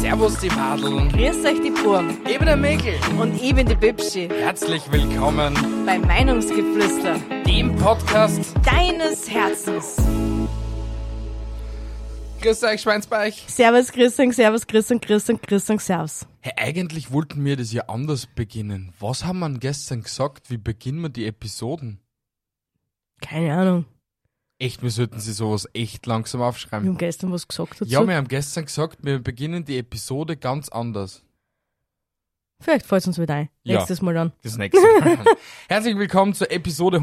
Servus die Madeln, Grüß euch die Burm eben der Mäkel. und ich bin die Bibschi Herzlich willkommen beim Meinungsgeflüster dem Podcast. deines Herzens. Grüß euch, Schweinsbeich. Servus, Christian, Servus, Christian, Christian, Christian, Servus. Hey, eigentlich wollten wir das ja anders beginnen. Was haben wir denn gestern gesagt? Wie beginnen wir die Episoden? Keine Ahnung, Echt, wir sollten sie sowas echt langsam wir aufschreiben. haben gestern was gesagt dazu. Ja, wir haben gestern gesagt, wir beginnen die Episode ganz anders. Vielleicht fällt es uns wieder ein. Ja. Nächstes Mal dann. Das nächste Mal. Herzlich willkommen zur Episode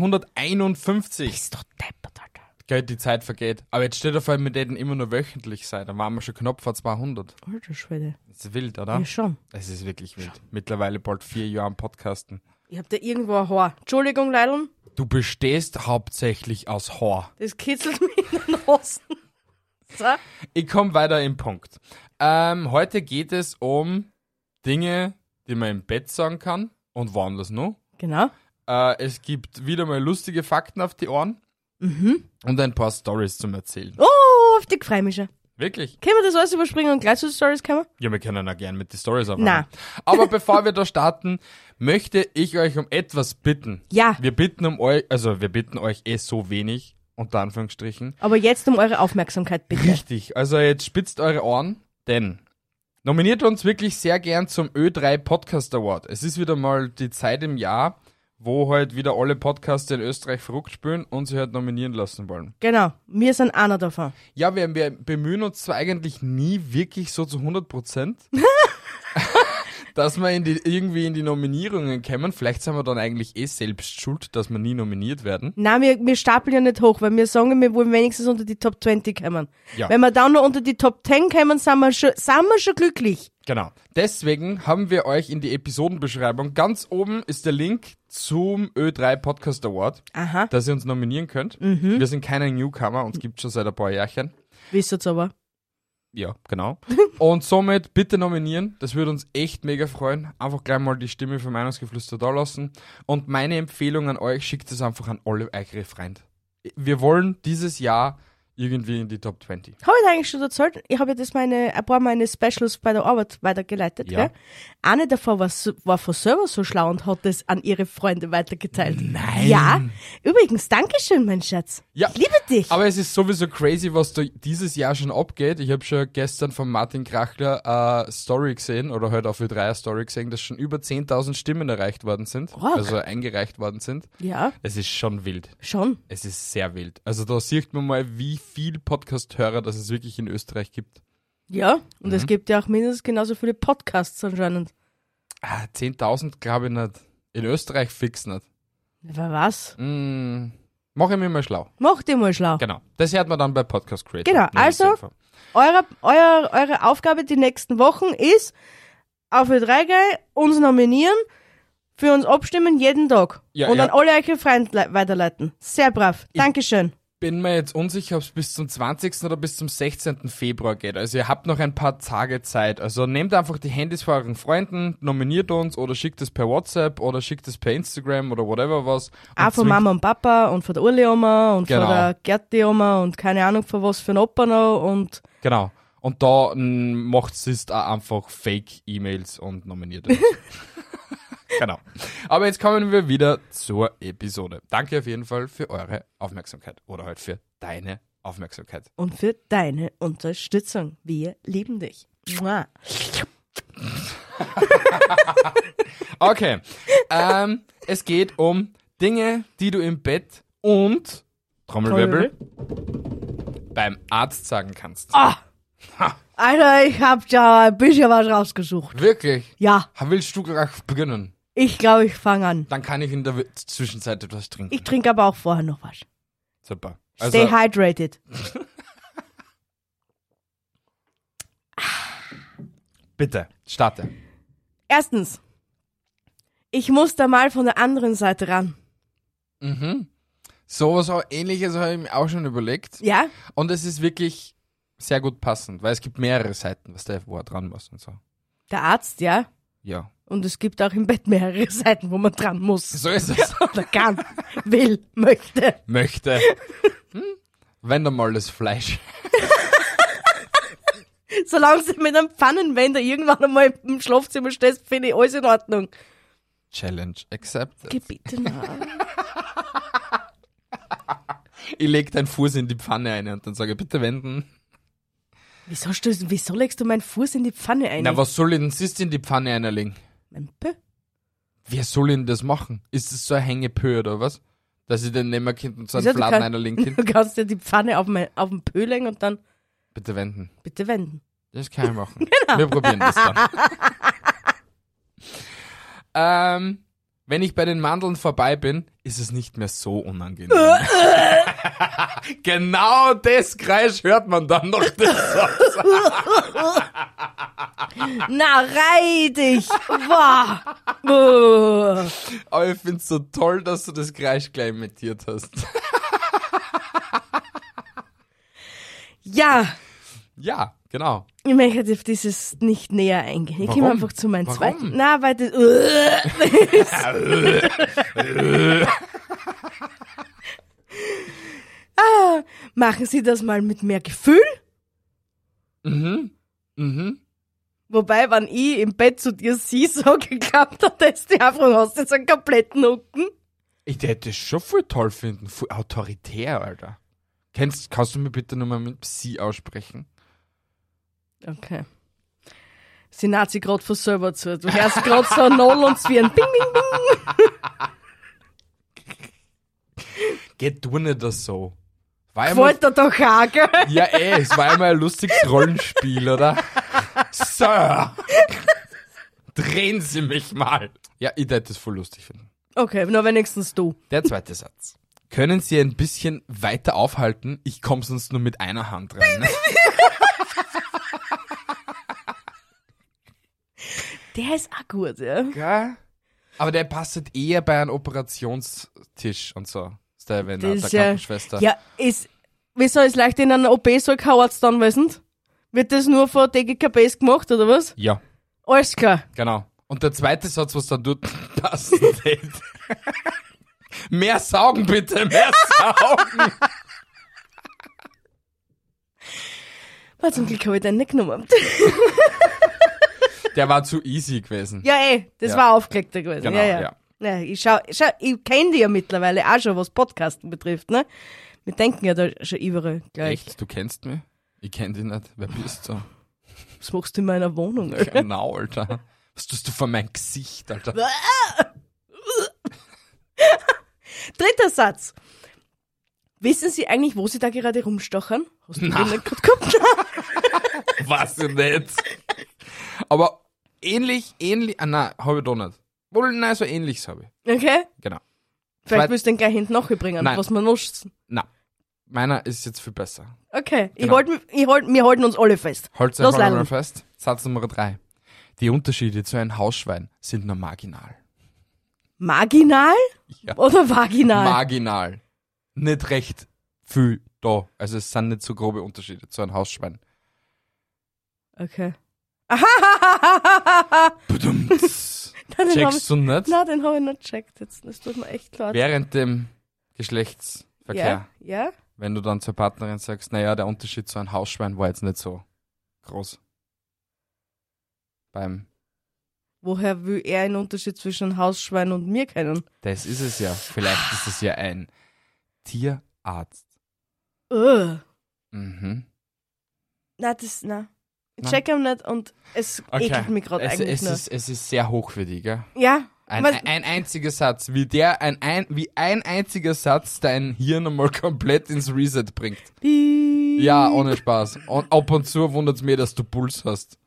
151. Bist du deppert, Alter. Gell, die Zeit vergeht. Aber jetzt steht auf einmal, wir hätten immer nur wöchentlich sein. Da waren wir schon knapp vor 200. Alter Schwede, Das ist wild, ja, oder? schon. Es ist wirklich wild. Mittlerweile bald vier Jahre am Podcasten. Ich hab da irgendwo ein Haar. Entschuldigung, Leideln, Du bestehst hauptsächlich aus Haar. das kitzelt mich in den Hosen. So. Ich komme weiter im Punkt. Ähm, heute geht es um Dinge, die man im Bett sagen kann und woanders noch. Genau. Äh, es gibt wieder mal lustige Fakten auf die Ohren Mhm. und ein paar Stories zum Erzählen. Oh, auf die freue mich schon. Wirklich? Können wir das alles überspringen und gleich zu den Stories kommen? Ja, wir können auch gern mit den Stories Na. anfangen. Aber bevor wir da starten, möchte ich euch um etwas bitten. Ja. Wir bitten um euch, also wir bitten euch eh so wenig, unter Anführungsstrichen. Aber jetzt um eure Aufmerksamkeit bitte. Richtig, also jetzt spitzt eure Ohren, denn nominiert uns wirklich sehr gern zum Ö3 Podcast Award. Es ist wieder mal die Zeit im Jahr, wo halt wieder alle Podcasts in Österreich verrückt spielen und sie halt nominieren lassen wollen. Genau, wir sind einer davon. Ja, wir, wir bemühen uns zwar eigentlich nie wirklich so zu 100 Prozent, dass wir in die, irgendwie in die Nominierungen kommen. Vielleicht sind wir dann eigentlich eh selbst schuld, dass wir nie nominiert werden. Nein, wir, wir stapeln ja nicht hoch, weil wir sagen, wir wollen wenigstens unter die Top 20 kommen. Ja. Wenn wir dann noch unter die Top 10 kommen, sind wir schon, sind wir schon glücklich. Genau. Deswegen haben wir euch in die Episodenbeschreibung ganz oben ist der Link zum Ö3 Podcast Award, Aha, dass ihr uns nominieren könnt. Wir sind keine Newcomer, uns gibt's schon seit ein paar Jährchen. wisst ihr's aber. Ja, genau. Und somit bitte nominieren. Das würde uns echt mega freuen. Einfach gleich mal die Stimme für Meinungsgeflüster da lassen. Und meine Empfehlung an euch, schickt es einfach an alle eure Freunde. Wir wollen dieses Jahr irgendwie in die Top 20. Habe ich dir eigentlich schon erzählt? Ich habe ja das meine, ein paar meine Specials bei der Arbeit weitergeleitet, Ja. gell? Eine davon war, so- war von selber so schlau und hat das an ihre Freunde weitergeteilt. Nein. Ja. Übrigens, Dankeschön, mein Schatz. Ja. Ich liebe dich. Aber es ist sowieso crazy, was da dieses Jahr schon abgeht. Ich habe schon gestern von Martin Krachler eine Story gesehen oder halt heute auf Ö3 eine Story gesehen, dass schon über 10.000 Stimmen erreicht worden sind. Rock. Also eingereicht worden sind. ja, Es ist schon wild. schon. Es ist sehr wild. Also da sieht man mal, wie viel Podcast-Hörer das es wirklich in Österreich gibt. Ja. Und Mhm. es gibt ja auch mindestens genauso viele Podcasts anscheinend. Ah, 10.000 glaube ich nicht. In Österreich fix nicht. Wer was? Hm, mach ich mir mal schlau. Mach dir mal schlau. Genau. Das hört man dann bei Podcast Creator. Genau, Nur das also- Info. Eure, euer, eure Aufgabe die nächsten Wochen ist, auf Ö3 gehen, uns nominieren, für uns abstimmen, jeden Tag. Ja, und ja. an alle eure Freunde le- weiterleiten. Sehr brav. Dankeschön. Bin mir jetzt unsicher, ob es bis zum 20. oder bis zum 16. Februar geht. Also ihr habt noch ein paar Tage Zeit. Also nehmt einfach die Handys von euren Freunden, nominiert uns oder schickt es per WhatsApp oder schickt es per Instagram oder whatever was. Und Auch von zwingt- Mama und Papa und von der Uli Oma und Genau. von der Gerti Oma und keine Ahnung von was für ein Opa noch und Genau. Und da macht es auch einfach Fake-E-Mails und nominiert uns. genau. Aber jetzt kommen wir wieder zur Episode. Danke auf jeden Fall für eure Aufmerksamkeit oder halt für deine Aufmerksamkeit. und für deine Unterstützung. Wir lieben dich. Mua. Okay. ähm, es geht um Dinge, die du im Bett und Trommelwirbel beim Arzt sagen kannst. Ah. Alter, ich hab ja ein bisschen was rausgesucht. Wirklich? Ja, Willst du gleich beginnen? ich glaube, ich fange an. Dann kann ich in der Wi- Zwischenzeit etwas trinken. Ich trinke aber auch vorher noch was. Super. Stay hydrated. bitte, starte. Erstens, ich muss da mal von der anderen Seite ran. Mhm. Sowas auch- ähnliches habe ich mir auch schon überlegt. Ja, Und es ist wirklich sehr gut passend, weil es gibt mehrere Seiten, was da wo er dran muss und so. der Arzt, ja. Ja. Und es gibt auch im Bett mehrere Seiten, wo man dran muss. So ist es. Oder kann, will, möchte. Möchte. Hm? Wenn dann mal das Fleisch. Solange du mit einem Pfannenwender irgendwann einmal im Schlafzimmer stehst, finde ich alles in Ordnung. Challenge accepted. Gebitte nein. Ich leg deinen Fuß in die Pfanne ein und dann sage ich, bitte wenden. Wieso, stößt, wieso legst du meinen Fuß in die Pfanne ein? Na, was soll ich denn sonst in die Pfanne einlegen? Mein Pö. Wer soll denn das machen? Ist das so ein Hängepö oder was? Dass ich den nehmen könnte und so Wieso, einen du Fladen kann- einlegen Du könnte? kannst dir die Pfanne auf, mein, auf den Pö legen und dann Bitte wenden. bitte wenden. Das kann ich machen. Genau. Wir probieren das dann. ähm, wenn ich bei den Mandeln vorbei bin, ist es nicht mehr so unangenehm. genau das Kreis hört man dann noch. Ah. Na, rei dich! Wow. Buh. Aber ich find's so toll, dass du das Kreis gleich imitiert hast. Ja, ja, genau. ich möchte auf dieses nicht näher eingehen. Ich komme Warum? einfach zu meinem Warum? zweiten. Na, weil das. ist- äh. ah, machen Sie das mal mit mehr Gefühl? Mhm. Mhm. Wobei, wenn ich im Bett zu dir sie so geklappt hat, dass die Afro hast jetzt einen kompletten Hucken. Ich hätte es schon voll toll finden. Voll autoritär, Alter. Kennst, kannst du mir bitte nochmal mit Psi aussprechen? Okay. Sie naht sich gerade von selber zu. Du hörst gerade so ein Null und Zwirn. Bing, bing, bing. Geht du nicht das so? War ja mal- Wollte er doch auch, gell? Ja, eh, es war einmal ein lustiges Rollenspiel, oder? Sir! Drehen Sie mich mal! Ja, ich hätte es voll lustig finden. Okay, na wenigstens du. Der zweite Satz. Können Sie ein bisschen weiter aufhalten? Ich komme sonst nur mit einer Hand rein. ne? Der ist auch gut, ja. Gell? Aber der passt halt eher bei einem Operationstisch und so. Ist der, wenn er Das der ist ja- Krankenschwester. Ja, ist, wieso ist leicht in einer OP so kein Arzt anwesend? Wird das nur von DGKBs gemacht, oder was? ja, Alles klar. genau. Und der zweite Satz, was dann dort passt, mehr saugen bitte, mehr saugen. Aber zum Glück habe ich den nicht genommen. Der war zu easy gewesen. ja, ey, das Ja. war aufgelegter gewesen. Genau, ja, ja. ja. Ja, ich schau, schau, ich kenne die ja mittlerweile auch schon, was Podcasten betrifft, ne? Wir denken ja da schon überall gleich. Echt? Du kennst mich? Ich kenn dich nicht. Wer bist du? Was machst du in meiner Wohnung? Alter? genau, Alter. Was tust du von meinem Gesicht, Alter? Dritter Satz. Wissen Sie eigentlich, wo Sie da gerade rumstochern? Hast du den nicht gerade gehabt? Was ich nicht. Aber ähnlich, ähnlich. Ah, nein, hab ich doch nicht. Wohl, nein, so ähnliches hab ich. Okay? Genau. Vielleicht Zweit- willst du den gleich hinten nachbringen, Nein. was man nutzt. Na, meiner ist jetzt viel besser. Okay, ich Genau. wollt, mi- ich wollt, wir halten uns alle fest. Holz Los, einmal Leila. fest. Satz Nummer drei. Die Unterschiede zu einem Hausschwein sind nur marginal. Marginal Ja. oder vaginal? Marginal. Nicht recht viel da. Also es sind nicht so grobe Unterschiede zu einem Hausschwein. okay. Nein, Bedummt. den hab ich, Checkst du nicht? nein, den habe ich nicht gecheckt jetzt. Das tut mir echt leid. Während dem Geschlechtsverkehr, ja, ja. wenn du dann zur Partnerin sagst, naja, der Unterschied zu einem Hausschwein war jetzt nicht so groß. Beim, Woher will er einen Unterschied zwischen Hausschwein und mir kennen? das ist es ja. Vielleicht ist es ja ein Tierarzt. Ugh. Mhm. Nein, das, nein. Ich Nein. check ihn nicht und es ekelt mich gerade es, eigentlich es, nur. ist, es ist sehr hoch für dich, gell? ja, Ein, Was- ein, ein einziger Satz, wie der, ein, ein, wie ein einziger Satz dein Hirn einmal komplett ins Reset bringt. Piep. Ja, oh. ohne Spaß. Und ab und zu wundert's mir, dass du Puls hast.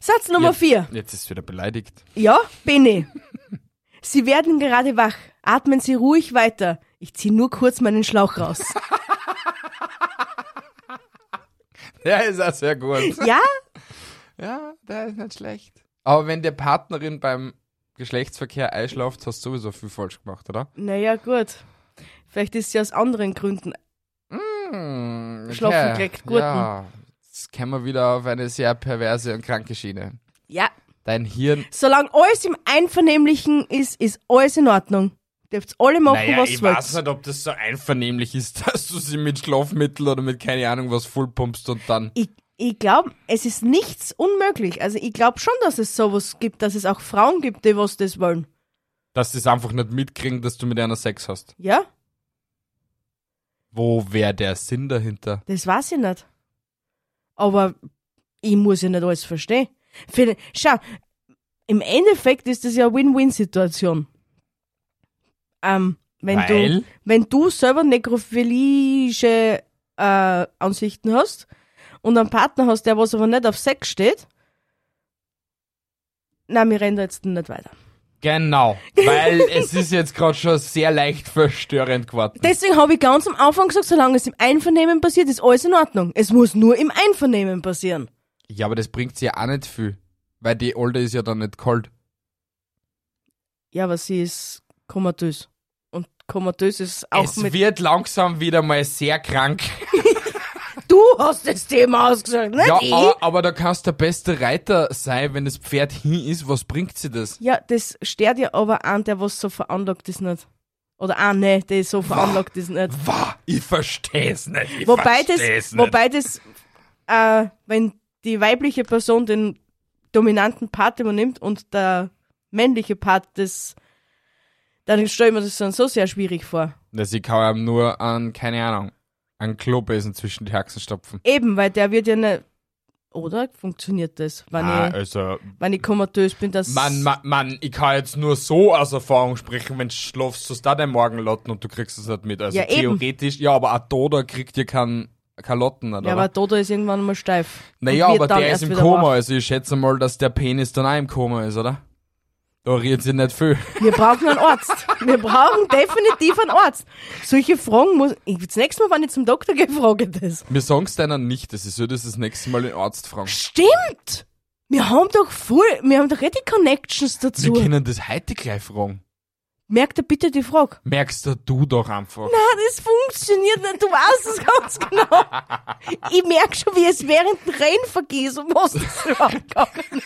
Satz Nummer Ja. 4. Jetzt ist wieder beleidigt. Ja, bin ich. Sie werden gerade wach. Atmen Sie ruhig weiter. Ich ziehe nur kurz meinen Schlauch raus. Der ist auch sehr gut. Ja? Ja, der ist nicht schlecht. Aber wenn der Partnerin beim Geschlechtsverkehr einschlaft, hast du sowieso viel falsch gemacht, oder? Naja, gut. Vielleicht ist sie aus anderen Gründen. Hm, Schlafen kriegt Gurten. Ja, jetzt kommen wir wieder auf eine sehr perverse und kranke Schiene. Ja. Dein Hirn. Solange alles im Einvernehmlichen ist, ist alles in Ordnung. Dürft alle machen, naja, was ich ihr weiß halt- wollt. nicht, ob das so einvernehmlich ist, dass du sie mit Schlafmittel oder mit keine Ahnung was vollpumpst und dann. Ich, ich glaube, es ist nichts unmöglich. Also ich glaube schon, dass es sowas gibt, dass es auch Frauen gibt, die was das wollen. Dass sie es einfach nicht mitkriegen, dass du mit einer Sex hast. Ja? Wo wäre der Sinn dahinter? Das weiß ich nicht. Aber ich muss ja nicht alles verstehen. Für- Schau, im Endeffekt ist das ja eine Win-Win-Situation. Ähm, wenn Weil? du wenn du selber nekrophilische äh, Ansichten hast und einen Partner hast, der was aber nicht auf Sex steht, na, wir rennen da jetzt nicht weiter. Genau. Weil es ist jetzt gerade schon sehr leicht verstörend geworden. Deswegen habe ich ganz am Anfang gesagt, solange es im Einvernehmen passiert, ist alles in Ordnung. Es muss nur im Einvernehmen passieren. ja, aber das bringt sie ja auch nicht viel. Weil die Olde ist ja dann nicht kalt. Ja, aber sie ist komatös. Und komatös ist auch es mit. wird langsam wieder mal sehr krank. Du hast das Thema ausgesagt, nicht Ja, ah. ich? aber, aber da kannst der beste Reiter sein, wenn das Pferd hin ist, was bringt sie das? ja, das stört ja aber an, der was so veranlagt ist nicht. Oder an, ne, der so veranlagt ist nicht. Wah, ich versteh's nicht. Ich Wobei das, versteh's nicht. wobei das, äh, wenn die weibliche Person den dominanten Part übernimmt und der männliche Part das, dann stelle ich mir das dann so sehr schwierig vor. Na, sie kann ihm nur an, keine Ahnung, an Klobesen zwischen die Haxen stopfen. Eben, weil der wird ja nicht. Oder funktioniert das? Wenn, Ah, ich, also, wenn ich komatös bin, dass. Mann, Mann, Mann, ich kann jetzt nur so aus Erfahrung sprechen, wenn du schlafst, du da dein Morgenlotten und du kriegst es nicht mit. Also Ja, eben. theoretisch, ja, aber ein Toder kriegt dir keinen kein Lotten, oder? Ja, aber Dodo ist irgendwann mal steif. naja, Und wird aber dann der ist erst im wieder Koma, wach. also ich schätze mal, dass der Penis dann auch im Koma ist, oder? Da redet sie nicht viel. Wir brauchen einen Arzt. Wir brauchen definitiv einen Arzt. Solche Fragen muss. Ich, das nächste Mal, wenn ich zum Doktor gehe, frage ich das. Wir sagen's deiner nicht, das ist so, dass das nächste Mal den Arzt fragen. Stimmt! Wir haben doch voll, wir haben doch eh die Connections Wir dazu. können das heute gleich fragen. Merkt ihr bitte die Frage? Merkst du, du doch einfach. Na, das funktioniert nicht, du weißt es ganz genau. Ich merke schon, wie ich es während dem Rennen vergehst und was das überhaupt geht.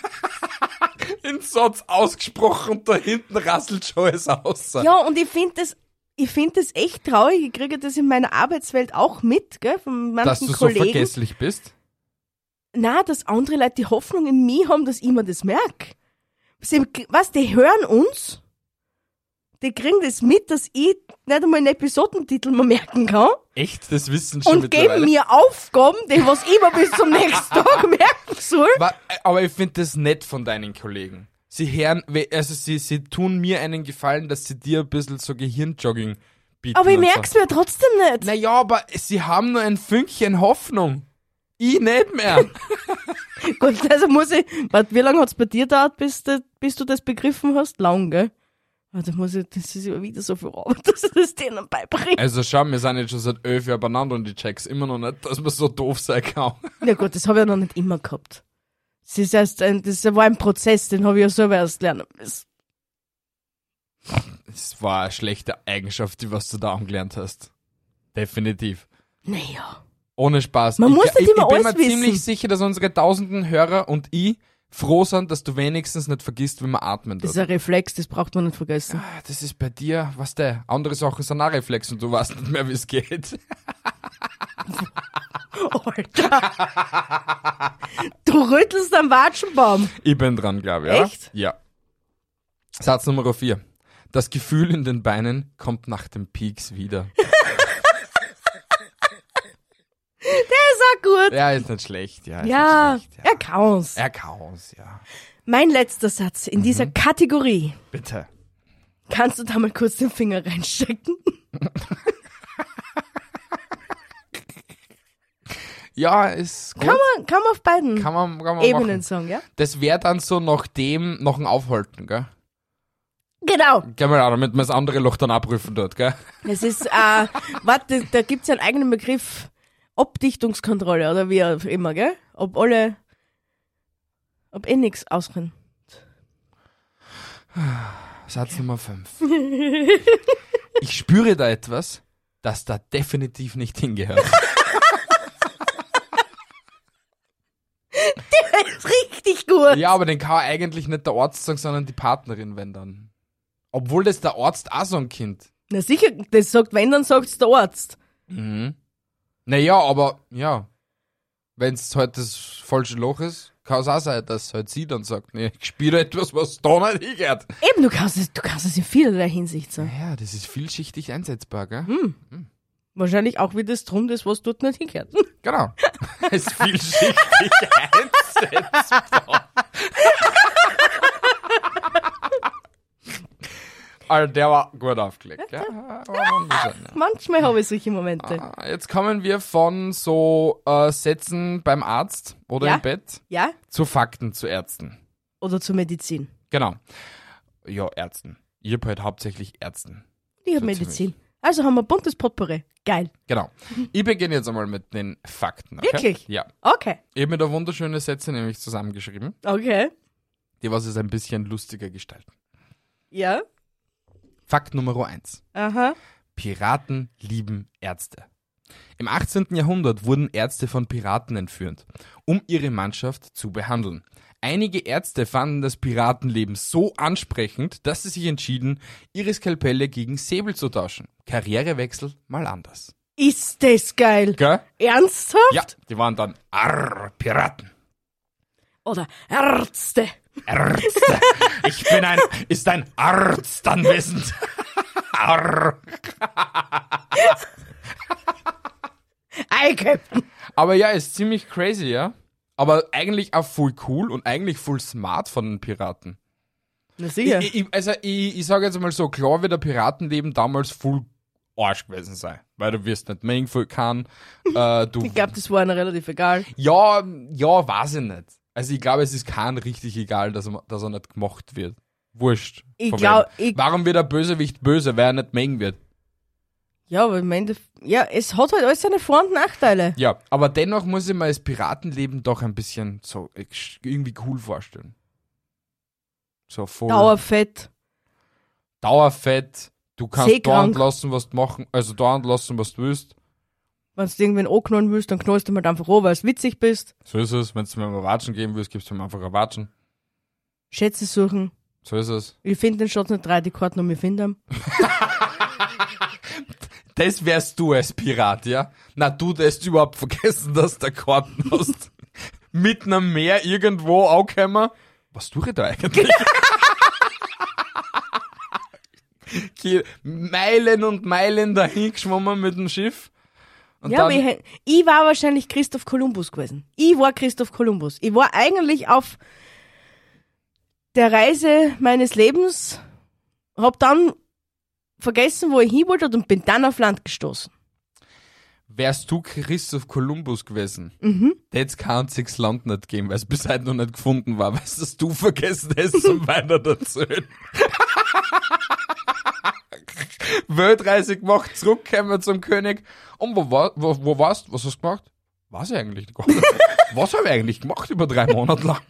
Den Satz ausgesprochen und da hinten rasselt schon alles aus. Ja, und ich finde das, ich finde das echt traurig. Ich kriege das in meiner Arbeitswelt auch mit, gell, von manchen Dass du so Kollegen. vergesslich bist? Na, dass andere Leute die Hoffnung in mich haben, dass ich mir das merke. Sie, was, die hören uns? Die kriegen das mit, dass ich nicht einmal einen Episodentitel mehr merken kann Echt? Das wissen schon und mittlerweile. geben mir Aufgaben, die was ich mir bis zum nächsten Tag merken soll. Wa- Aber ich finde das nett von deinen Kollegen. Sie hören, we- also sie, sie tun mir einen Gefallen, dass sie dir ein bisschen so Gehirnjogging bieten. Aber ich und merk's mir trotzdem nicht. So. Naja, aber sie haben nur ein Fünkchen Hoffnung. Ich nicht mehr. Gut, also muss ich. Warte, wie lange hat's bei dir gedauert, bis, du- bis du das begriffen hast? Lang, gell? Warte, muss ich, das ist ja wieder so viel Arbeit, dass ich das denen beibringe. also schau, wir sind jetzt schon seit elf Jahren beieinander und ich check's immer noch nicht, dass man so doof sein kann. Na gut, das habe ich ja noch nicht immer gehabt. Das ist erst ein, das war ein Prozess, den habe ich ja selber erst lernen müssen. Das war eine schlechte Eigenschaft, die was du da angelernt hast. Definitiv. Naja. Ohne Spaß. Man ich, muss ich, nicht ich, immer bin alles mir ziemlich wissen. sicher, dass unsere tausenden Hörer und ich froh sind, dass du wenigstens nicht vergisst, wie man atmen Das tut. ist ein Reflex, das braucht man nicht vergessen. Ah, Das ist bei dir, was der? Andere Sachen sind auch Reflex und du weißt nicht mehr, wie es geht. Alter. Du rüttelst am Watschenbaum. Ich bin dran, glaube ich. ja? Echt? Ja. Satz Nummer 4. Das Gefühl in den Beinen kommt nach dem Peaks wieder. Ist auch gut. Ja, ist nicht schlecht, ja. Ist Ja, Nicht schlecht, ja. Mhm. er kann's. Er kann's, ja. Mein letzter Satz in dieser Kategorie. Bitte. Kannst du da mal kurz den Finger reinstecken? Ja, ist gut. Kann man, kann man auf beiden Kann man, kann man Ebenen machen. sagen, ja? Das wäre dann so nach dem, nach dem Aufhalten, gell? Genau. Gell, mal auch, damit man das andere Loch dann abprüfen dort, gell? Das ist, äh, warte, da gibt's ja einen eigenen Begriff. Obdichtungskontrolle oder wie auch immer, gell? Ob alle, ob eh nix ausrennt. Satz Nummer 5. Ich spüre da etwas, das da definitiv nicht hingehört. Richtig gut. Ja, aber den kann eigentlich nicht der Arzt sagen, sondern die Partnerin, wenn dann. Obwohl das der Arzt auch so ein Kind. Na sicher, das sagt, wenn, dann sagt's der Arzt. Mhm. Naja, aber ja. Wenn's halt das falsche Loch ist, kann es auch sein, dass halt sie dann sagt, nee, ich spüre etwas, was da nicht hingehört. Eben, du kannst es, du kannst es in vielerlei Hinsicht sagen. Ah Ja, das ist vielschichtig einsetzbar, gell? Wahrscheinlich auch wieder das drum, das was dort nicht hingehört. Genau. ist vielschichtig einsetzbar. Also der war gut aufgelegt, gell? Ah, War wunderschön, ja. Manchmal habe ich solche Momente. Ah, Jetzt kommen wir von so äh, Sätzen beim Arzt oder Ja. im Bett Ja? zu Fakten zu Ärzten. Oder zur Medizin. Genau. Ja, Ärzten. Ich hab halt hauptsächlich Ärzten. Ich habe So Medizin. Also haben wir buntes Potpourri. Geil. Genau. Ich beginne jetzt einmal mit den Fakten. Okay? Wirklich? Ja. Okay. Ich habe mir da wunderschöne Sätze nämlich zusammengeschrieben, Okay. die was es ein bisschen lustiger gestalten. Ja. Fakt Nummer eins. Aha. Piraten lieben Ärzte. Im 18. Jahrhundert wurden Ärzte von Piraten entführt, um ihre Mannschaft zu behandeln. Einige Ärzte fanden das Piratenleben so ansprechend, dass sie sich entschieden, ihre Skalpelle gegen Säbel zu tauschen. Karrierewechsel mal anders. Ist das geil. Gell? Ernsthaft? Ja, die waren dann Arr, Piraten. Oder Ärzte. Ärzte. Ich bin ein, ist ein Arzt anwesend. Arr. Ei, Captain. Aber ja, ist ziemlich crazy, ja. Aber eigentlich auch voll cool und eigentlich voll smart von den Piraten. Na sicher. Ich, ich, also ich, ich sage jetzt mal so, klar wird der Piratenleben damals voll Arsch gewesen sein. Weil du wirst nicht mehr irgendwo kann. Äh, du, Ich glaube, das war ihnen relativ egal. ja, ja, weiß ich nicht. Also ich glaube, es ist kein richtig egal, dass er, dass er nicht gemocht wird. Wurscht. Ich Von glaub- wem. ich- Warum wird der Bösewicht böse, wer nicht mengen wird? Ja, aber im Endeffekt, ja, es hat halt alles seine Vor- und Nachteile. Ja, aber dennoch muss ich mir das Piratenleben doch ein bisschen so ex- irgendwie cool vorstellen. So voll Dauerfett. Dauerfett. Du kannst Seekrank. dauernd lassen, was du machen, also dauernd lassen, was du willst. Wenn du irgendwen anknallen willst, dann knallst du ihm halt einfach an, weil du witzig bist. So ist es. Wenn du mir mal Watschen geben willst, gibst du mir einfach ein Watschen. Schätze suchen. So ist es. Wir finden den Schatz nicht drei, die Karten und wir finden ihn. Das wärst du als Pirat, ja? Na, du hättest überhaupt vergessen, dass du Karten hast. Mitten am Meer irgendwo ankommen. Was tue ich da eigentlich? Geh Meilen und Meilen dahin geschwommen mit dem Schiff. Und Ja, aber dann, ich, ich war wahrscheinlich Christoph Kolumbus gewesen. Ich war Christoph Kolumbus. Ich war eigentlich auf der Reise meines Lebens, hab dann vergessen, wo ich hin wollte und bin dann auf Land gestoßen. wärst du Christoph Kolumbus gewesen, der hätt's kein einziges Land nicht gegeben, weil es bis heute noch nicht gefunden war. Weißt du, dass du vergessen hast, zum weiter dazu. Weltreise gemacht, zurückgekommen zum König. Und wo, war, wo, wo warst du? Was hast du gemacht? Weiß ich eigentlich gar nicht. Was habe ich eigentlich gemacht über drei Monate lang?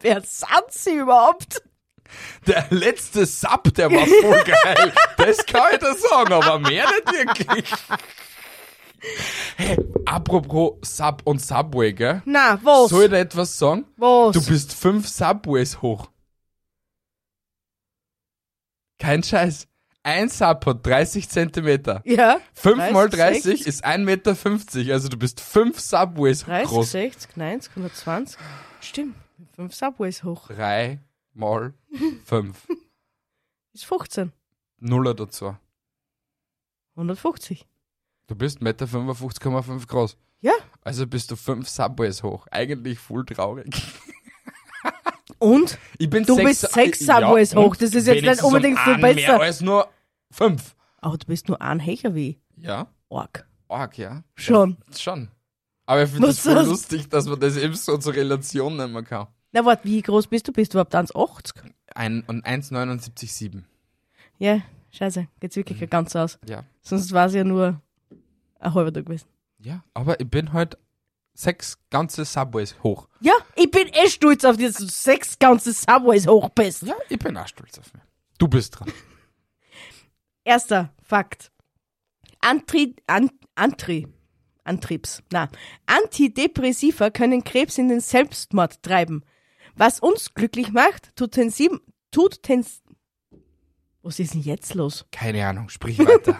Wer sind sie überhaupt? Der letzte Sap, der war voll geil. Das kann ich dir sagen, aber mehr nicht wirklich. Hey, apropos Sub und Subway, gell? Na, was? Soll ich dir etwas sagen? was? Du bist fünf Subways hoch. Kein Scheiß. Ein Sub hat 30 Zentimeter. ja? 5 mal 30, 30 ist 1,50 Meter. Also du bist fünf Subways 30, groß. 60, 90, 120. Stimmt. Fünf Subways hoch. Drei mal fünf. Ist 15. Nuller dazu. 150. Du bist 1,55,5 Meter groß. Ja. Also bist du fünf Subways hoch. Eigentlich voll traurig. Und? Ich bin Du bist sechs Subways hoch. Das ist jetzt nicht wenigstens unbedingt um viel einen besser. Mehr als nur fünf. Aber du bist nur ein Hecher wie ich. Ja. Org. Arg, ja. Schon. Schon. Aber ich finde das Was voll das- lustig, dass man das eben so zur Relation nehmen kann. Na, warte, wie groß bist du? Bist du überhaupt 1,80? Ein, und 1,79,7. Ja, scheiße. Geht's wirklich mhm. ganz aus. Ja. Sonst war es ja nur ein halber Tag gewesen. Ja. Aber ich bin halt sechs ganze Subways hoch. Ja, ich bin eh stolz auf dich, dass du sechs ganze Subways hoch bist. Ja, ich bin auch stolz auf mich. Du bist dran. Erster Fakt. Antri an, Antri Antriebs. Na, Antidepressiva können Krebs in den Selbstmord treiben. Was uns glücklich macht, tut den sieben, tut den, was ist denn jetzt los? Keine Ahnung, sprich weiter.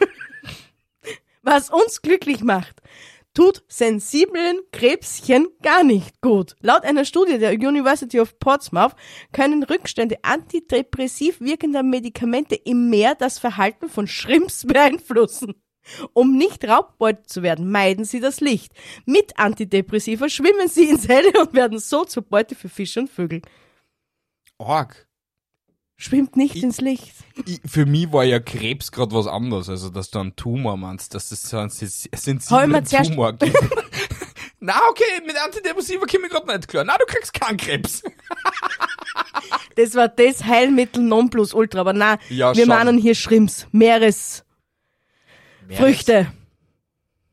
Was uns glücklich macht, tut sensiblen Krebschen gar nicht gut. Laut einer Studie der University of Portsmouth können Rückstände antidepressiv wirkender Medikamente im Meer das Verhalten von Shrimps beeinflussen. Um nicht Raubbeut zu werden, meiden sie das Licht. Mit Antidepressiva schwimmen sie ins Helle und werden so zur Beute für Fische und Vögel. Org. Schwimmt nicht ins Licht. Ich, für mich war ja Krebs gerade was anderes, also dass du einen Tumor meinst, dass es so einen sens- Hol mir sensiblen zuerst- Tumor gibt. Na, okay, mit Antidepressiva komme ich gerade nicht klar. Na, du kriegst keinen Krebs. Das war das Heilmittel Nonplusultra, aber na, Ja, wir schon. meinen hier Shrimps, Meeresfrüchte.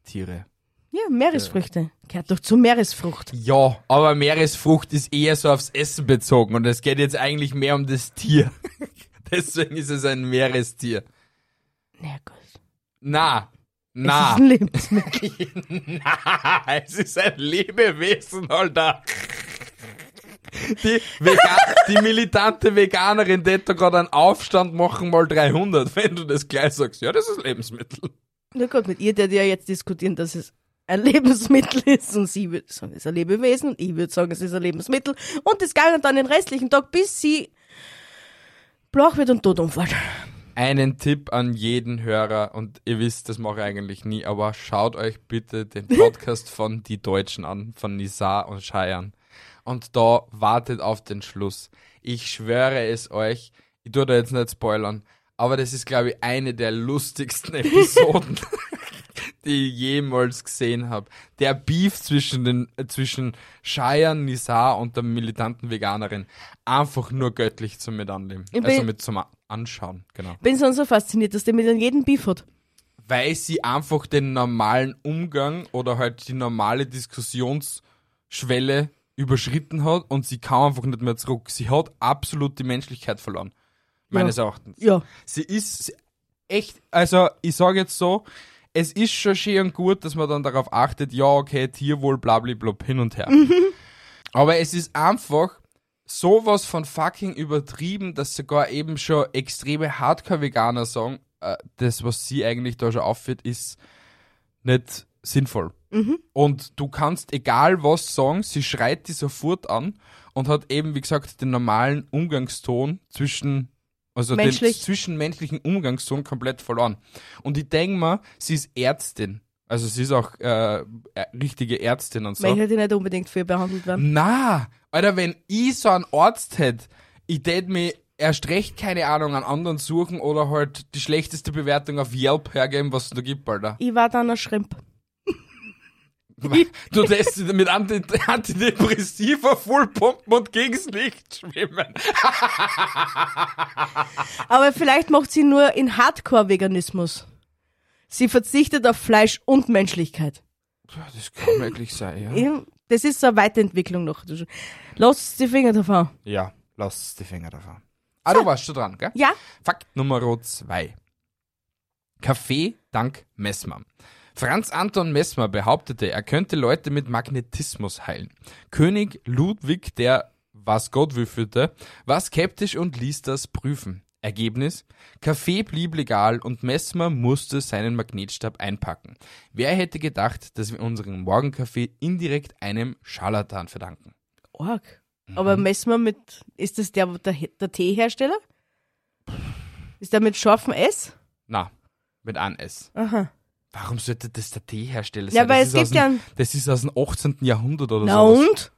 Tiere. Ja, Meeresfrüchte. Gehört doch zur Meeresfrucht. Ja, aber Meeresfrucht ist eher so aufs Essen bezogen und es geht jetzt eigentlich mehr um das Tier. Deswegen ist es ein Meerestier. Na gut. Na, Das na, ist ein Lebensmittel. na, es ist ein Lebewesen, Alter. Die, Vega- die militante Veganerin die hätte gerade einen Aufstand machen mal 300, wenn du das gleich sagst. Ja, das ist Lebensmittel. Na gut, mit ihr, der ja jetzt diskutieren, dass es ein Lebensmittel ist und sie würde sagen, es ist ein Lebewesen und ich würde sagen, es ist ein Lebensmittel und das ging dann den restlichen Tag, bis sie blach wird und tot umfällt. einen Tipp an jeden Hörer und ihr wisst, das mache ich eigentlich nie, aber schaut euch bitte den Podcast von Die Deutschen an, von Nizar und Scheiern. Und da wartet auf den Schluss. Ich schwöre es euch, ich tue da jetzt nicht spoilern, aber das ist, glaube ich, eine der lustigsten Episoden, die ich jemals gesehen habe. Der Beef zwischen den äh, zwischen Scheiern, Nizar und der militanten Veganerin. Einfach nur göttlich zum Mit anleben. Ich Also bin- mit zum A- Anschauen, genau Bin sonst so fasziniert, dass der mit an jeden Beef hat. weil sie einfach den normalen Umgang oder halt die normale Diskussionsschwelle überschritten hat und sie kam einfach nicht mehr zurück. Sie hat absolut die Menschlichkeit verloren. Meines Erachtens. Ja. Sie ist sie- echt, also ich sage jetzt so, es ist schon schön und gut, dass man dann darauf achtet, ja, okay, Tierwohl, blablabla, hin und Mhm. her. Aber es ist einfach sowas von fucking übertrieben, dass sogar eben schon extreme Hardcore-Veganer sagen, äh, das, was sie eigentlich da schon aufführt, ist nicht sinnvoll. Und du kannst egal was sagen, sie schreit die sofort an und hat eben, wie gesagt, den normalen Umgangston zwischen, also Menschlich. den zwischenmenschlichen Umgangston komplett verloren. Und ich denke mal, sie ist Ärztin. Also sie ist auch äh, äh, richtige Ärztin und so. Weil ich hätte halt nicht unbedingt für behandelt werden. Na, Alter, wenn ich so einen Arzt hätte, ich tät mir erst recht keine Ahnung an anderen suchen oder halt die schlechteste Bewertung auf Yelp hergeben, was es da gibt, Alter. Ich war dann ein Schrimp. Du lässt dich mit Anti Antidepressiva vollpumpen und gegens Licht schwimmen. Aber vielleicht macht sie nur in Hardcore-Veganismus. Sie verzichtet auf Fleisch und Menschlichkeit. Das kann möglich sein, Ja, Das ist so eine Weiterentwicklung noch. Lass die Finger davon. Ja, lass die Finger davon. Ah, du warst schon dran, gell? Ja? Fakt Nummer zwei. Kaffee dank Messmer. Franz Anton Messmer behauptete, er könnte Leute mit Magnetismus heilen. König Ludwig der was Gott wüffelte, war skeptisch und ließ das prüfen. Ergebnis? Kaffee blieb legal und Messmer musste seinen Magnetstab einpacken. Wer hätte gedacht, dass wir unseren Morgenkaffee indirekt einem Scharlatan verdanken? Org. Mhm. Aber messen wir mit, ist das der, der, der Teehersteller? Ist der mit scharfem S? Na, mit an S. Aha. Warum sollte das der Teehersteller Ja, sein? aber das es ist aus gibt dem- ja einen, Das ist aus dem 18. Jahrhundert oder Na sowas. und?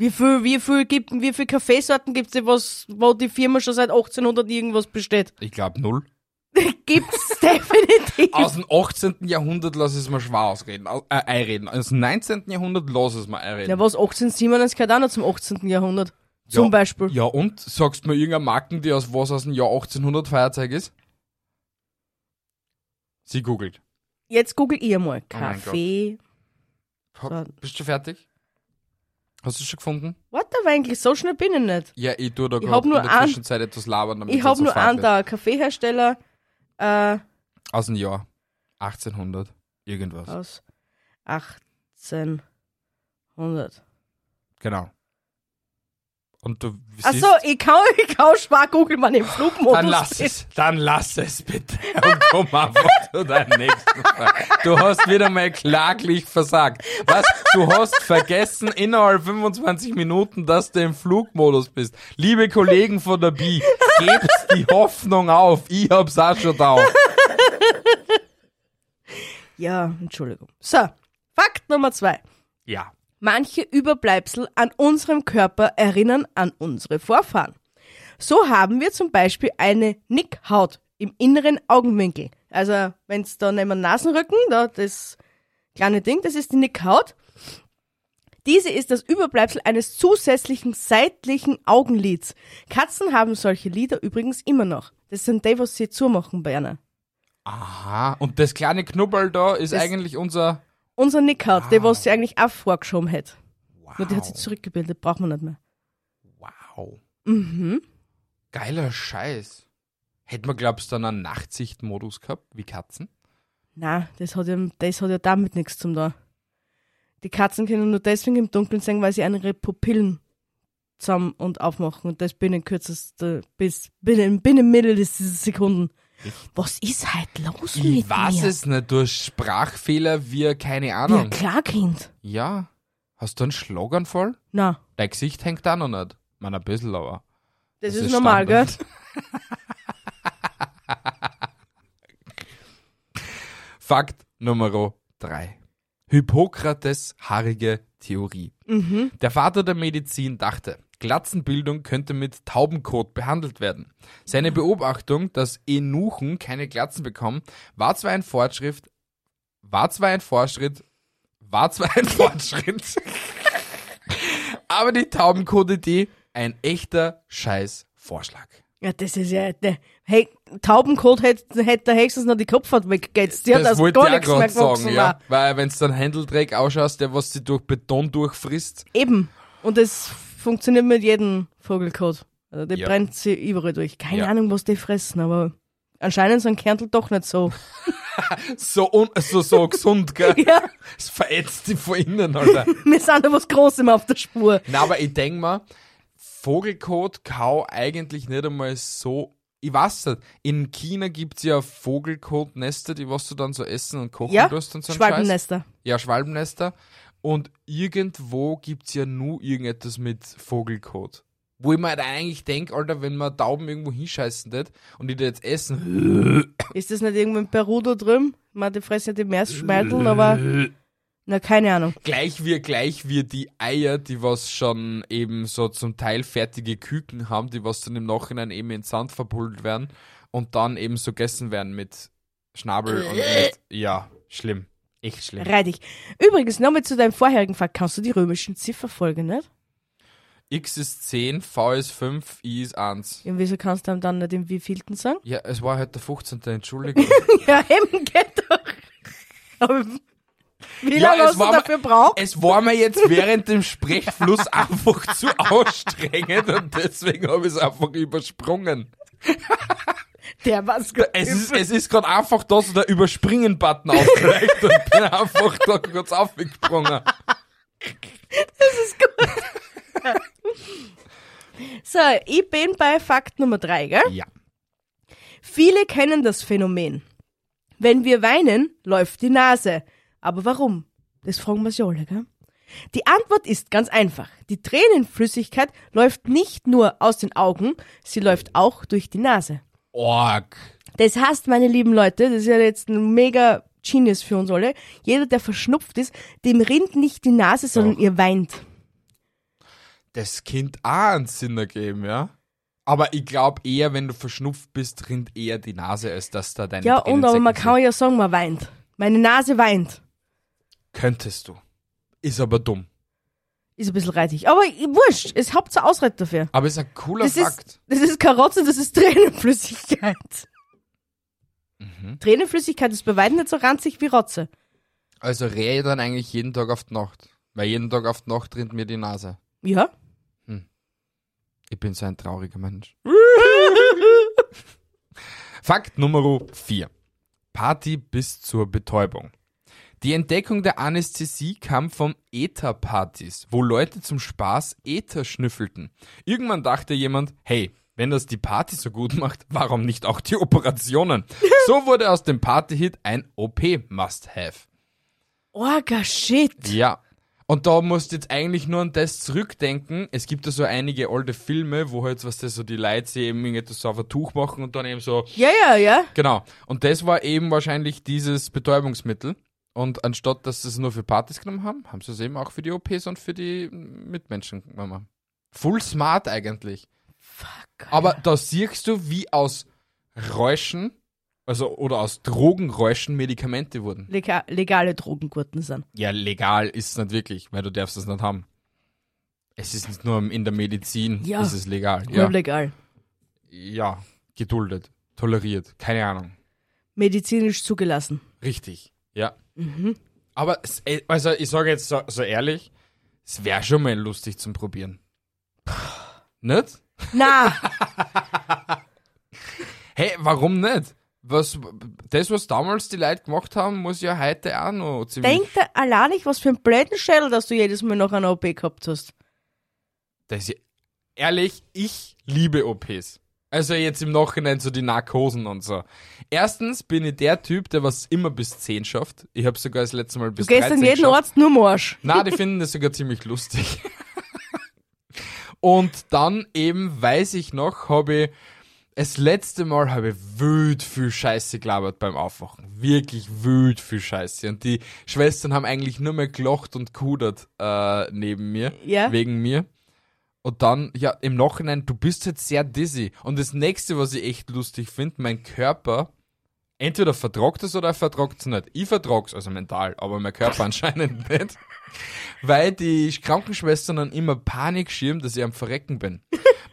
Wie viel, wie viel gibt, wie viel Kaffeesorten gibt's denn, was, wo die Firma schon seit 1800 irgendwas besteht? Ich glaube null. Gibt's definitiv. Aus dem 18. Jahrhundert lass es mal schwer ausreden, au- äh, einreden. Aus dem 19. Jahrhundert lass es mal einreden. Ja, was 1897 gehört auch noch zum 18. Jahrhundert. Zum Ja. Beispiel. Ja und? Sagst du mir irgendeine Marken, die aus was aus dem Jahr 1800 Feuerzeug ist? Sie googelt. Jetzt google ich mal. Oh mein Kaffee Ha- Bist du fertig? Hast du es schon gefunden? What, aber eigentlich so schnell bin ich nicht. Ja, ich tue da Ich gerade hab in nur der ein- Zwischenzeit etwas labern, damit Ich habe so nur fad einen wird. da, Kaffeehersteller äh, Aus dem Jahr 1800. Irgendwas. aus 1800. Genau. Und du siehst, Achso, ich kann, ich kann schwer googeln, wenn ich im Flugmodus dann lass bin. es, dann lass es bitte und komm einfach zu deinem nächsten Fall. Du hast wieder mal klaglich versagt. Was? Du hast vergessen innerhalb 25 Minuten, dass du im Flugmodus bist. Liebe Kollegen von der Bi, gebt die Hoffnung auf. Ich hab's auch schon da. Ja, Entschuldigung. So, Fakt Nummer zwei. Ja. Manche Überbleibsel an unserem Körper erinnern an unsere Vorfahren. So haben wir zum Beispiel eine Nickhaut im inneren Augenwinkel. Also wenn's da neben dem Nasenrücken, da das kleine Ding, das ist die Nickhaut. Diese ist das Überbleibsel eines zusätzlichen seitlichen Augenlids. Katzen haben solche Lider übrigens immer noch. Das sind die, was sie zumachen, Berner. Aha. Und das kleine Knubbel da ist Das- eigentlich unser. Unser Nickhaut, die, was sie eigentlich auch vorgeschoben hätte. Wow. Nur die hat sie zurückgebildet, braucht man nicht mehr. Wow. Mhm. Geiler Scheiß. Hätten wir, glaubst du, dann einen Nachtsichtmodus gehabt, wie Katzen? Na, das hat ja, das hat ja damit nichts zum da. Die Katzen können nur deswegen im Dunkeln sehen, weil sie ihre Pupillen zusammen und aufmachen. Und das binnen kürzester, bis binnen, binnen Mittel des Sekunden. Was ist halt los Ich mit weiß mir? es nicht, durch Sprachfehler wir keine ja Ahnung. klar, Kind. Ja. Hast du einen Schlaganfall? Na, Dein Gesicht hängt auch noch nicht. Man ein bisschen, aber. das, Das ist, ist normal, gell? Standard. Fakt Nummer drei: Hippokrates haarige Theorie. Mhm. Der Vater der Medizin dachte, Glatzenbildung könnte mit Taubenkot behandelt werden. Seine Beobachtung, dass Enuchen keine Glatzen bekommen, war zwar ein Fortschritt, war zwar ein Fortschritt, war zwar ein Fortschritt, aber die Taubenkot-Idee ein echter Scheißvorschlag. Ja, das ist ja, ne, hey, Taubenkot hätte, hätte höchstens noch die Kopfhaut weggeht. Die hat das also wollte gar ich auch nichts mehr gerade sagen, gewachsen. ja. na. Weil wenn du dann Händeldreck ausschaust, der was sie durch Beton durchfrisst, Eben. Und das funktioniert mit jedem Vogelkot. Also die Ja. brennt sie überall durch. Keine Ja. Ahnung, was die fressen, aber anscheinend sind Kärntel doch nicht so. so, un so, so gesund, gell? ja, Es verätzt die von innen, Alter. wir sind da was Großem auf der Spur. Na, aber ich denk mal, Vogelkot kau eigentlich nicht einmal so. Ich weiß nicht. In China gibt's ja Vogelkot-Nester, die was du dann so essen und kochen Ja, tust und so einen Scheiß. Schwalbennester. Ja, Schwalbennester. Und irgendwo gibt's ja nur irgendetwas mit Vogelkot. Wo ich mir halt eigentlich denk, Alter, wenn man Tauben irgendwo hinscheißen tät und die das jetzt essen, Ist das nicht irgendwo in Peru da drüben? Man, die fressen ja die Meeresschmeiteln, aber. Na, keine Ahnung. gleich wir, gleich wir die Eier, die was schon eben so zum Teil fertige Küken haben, die was dann im Nachhinein eben in Sand verpuddelt werden und dann eben so gegessen werden mit Schnabel und mit, ja, schlimm. Echt schlimm. Reidig. Übrigens, nochmal zu deinem vorherigen Fakt. Kannst du die römischen Ziffer folgen, nicht? X ist 10, V ist 5, I ist 1. Und wieso kannst du einem dann nicht im wievielten sagen? Ja, es war heute der 15. Entschuldigung. Ja, eben, geht doch. Aber wie Ja, lange es hast du war mal- dafür braucht? Es war mir jetzt während dem Sprechfluss einfach zu anstrengend und deswegen habe ich es einfach übersprungen. Der war's Es ist, es ist gerade einfach da so der Überspringen-Button aufgelegt und bin einfach da kurz aufgesprungen. So, ich bin bei Fakt Nummer drei, gell? Ja. Viele kennen das Phänomen. Wenn wir weinen, läuft die Nase. Aber warum? Das fragen wir sie alle, gell? Die Antwort ist ganz einfach. Die Tränenflüssigkeit läuft nicht nur aus den Augen, sie läuft auch durch die Nase. Org. Das heißt, meine lieben Leute, das ist ja jetzt ein mega Genius für uns alle. Jeder, der verschnupft ist, dem rinnt nicht die Nase, sondern Doch. ihr weint. Das Kind auch einen Sinn ergeben, ja? Aber ich glaube eher, wenn du verschnupft bist, rinnt eher die Nase, als dass da deine Ja, und aber Tränensäcke man kann sind. ja sagen, man weint. Meine Nase weint. Könntest du. Ist aber dumm. Ist ein bisschen reitig. Aber i- wurscht, es habt zur Ausrede dafür. Aber ist ein cooler Das Fakt. ist, das ist Karotze, das ist Mhm. Tränenflüssigkeit. Tränenflüssigkeit ist bei weitem nicht so ranzig wie Rotze. Also rehe ich dann eigentlich jeden Tag auf die Nacht. Weil jeden Tag auf die Nacht rinnt mir die Nase. Ja. Ich bin so ein trauriger Mensch. Fakt Nummer 4. Party bis zur Betäubung. Die Entdeckung der Anästhesie kam von Ätherpartys, wo Leute zum Spaß Äther schnüffelten. Irgendwann dachte jemand, hey, wenn das die Party so gut macht, warum nicht auch die Operationen? So wurde aus dem Partyhit ein OP-Must-Have. Orga Shit. Ja. Und da musst du jetzt eigentlich nur an das zurückdenken. Es gibt ja so einige alte Filme, wo halt, was das so die Leute sich eben irgendetwas so auf ein Tuch machen und dann eben so, Ja, ja, ja. genau. Und das war eben wahrscheinlich dieses Betäubungsmittel. Und anstatt, dass sie es nur für Partys genommen haben, haben sie es eben auch für die OPs und für die Mitmenschen genommen. Full smart eigentlich. Fuck. Aber da siehst du, wie aus Räuschen, also, oder aus Drogenräuschen Medikamente wurden. Lega legale Drogengurten sind. Ja, legal ist es nicht wirklich, weil du darfst es nicht haben. Es ist nicht nur in der Medizin, Ja. ist es legal. Ja. Ja. Legal. ja, geduldet, toleriert, keine Ahnung. Medizinisch zugelassen. Richtig, ja. Mhm. Aber, es- äh, also ich sage jetzt so, so ehrlich, es wäre schon mal lustig zum Probieren. Nicht? Na, Hey, warum nicht? Was, das, was damals die Leute gemacht haben, muss ja heute auch noch ziemlich... denk da allein nicht, was für ein Blättenschädel, dass du jedes Mal noch eine OP gehabt hast. Das ist ja, ehrlich, ich liebe OPs. Also jetzt im Nachhinein so die Narkosen und so. Erstens bin ich der Typ, der was immer bis 10 schafft. Ich habe sogar das letzte Mal bis Du gehst 13 an jeden geschafft. Arzt nur Marsch. Na, die finden das sogar ziemlich lustig. Und dann eben, weiß ich noch, habe ich das letzte Mal habe ich wild viel Scheiße gelabert beim Aufwachen. Wirklich wild viel Scheiße. Und die Schwestern haben eigentlich nur mehr gelacht und kudert äh, neben mir, Ja. wegen mir. Und dann, ja, im Nachhinein, du bist jetzt sehr dizzy. Und das nächste, was ich echt lustig finde, mein Körper, entweder vertragt es oder er vertragt es nicht. Ich vertrag's, also mental, aber mein Körper anscheinend nicht. Weil die Krankenschwestern dann immer Panik schirmen, dass ich am Verrecken bin.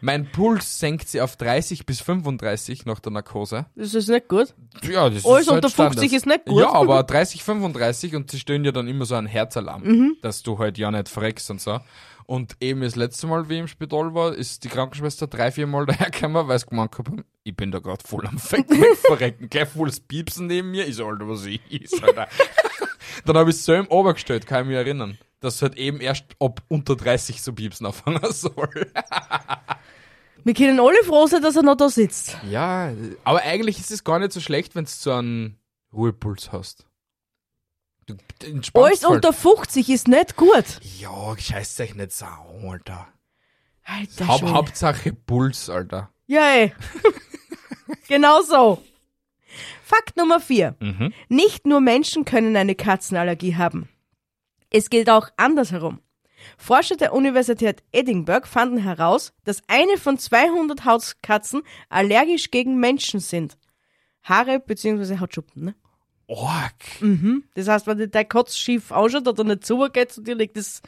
Mein Puls senkt sie auf 30 bis 35 nach der Narkose. Das ist nicht gut. Ja, das Alles ist halt unter 50 Standard. ist nicht gut. Ja, aber 30, 35 und sie stellen ja dann immer so einen Herzalarm, Mhm. dass du halt ja nicht verreckst und so. Und eben das letzte Mal, wie ich im Spital war, ist die Krankenschwester drei, vier Mal dahergekommen, weil sie gemeint haben, ich bin da gerade voll am Verrecken, verrecken. gleich volles Piepsen neben mir, ist Alter, was ich ist, Alter. dann habe ich so im Ober gestellt, kann ich mich erinnern, dass halt eben erst ab unter 30 so Piepsen anfangen soll. Wir können alle froh sein, dass er noch da sitzt. Ja, aber eigentlich ist es gar nicht so schlecht, wenn du so einen Ruhepuls hast. Du entspannst Alles halt. unter 50 ist nicht gut. Ja, scheiß dich nicht so an, Alter. Alter Haupt- Schwede. Hauptsache Puls, Alter. Ja, ey. genau so. Fakt Nummer 4. Mhm. Nicht nur Menschen können eine Katzenallergie haben. Es gilt auch andersherum. Forscher der Universität Edinburgh fanden heraus, dass eine von 200 Hauskatzen allergisch gegen Menschen sind. Haare bzw. Hautschuppen, ne? Org. Das heißt, wenn dir dein Kotz schief ausschaut oder nicht zugeht zu dir, liegt es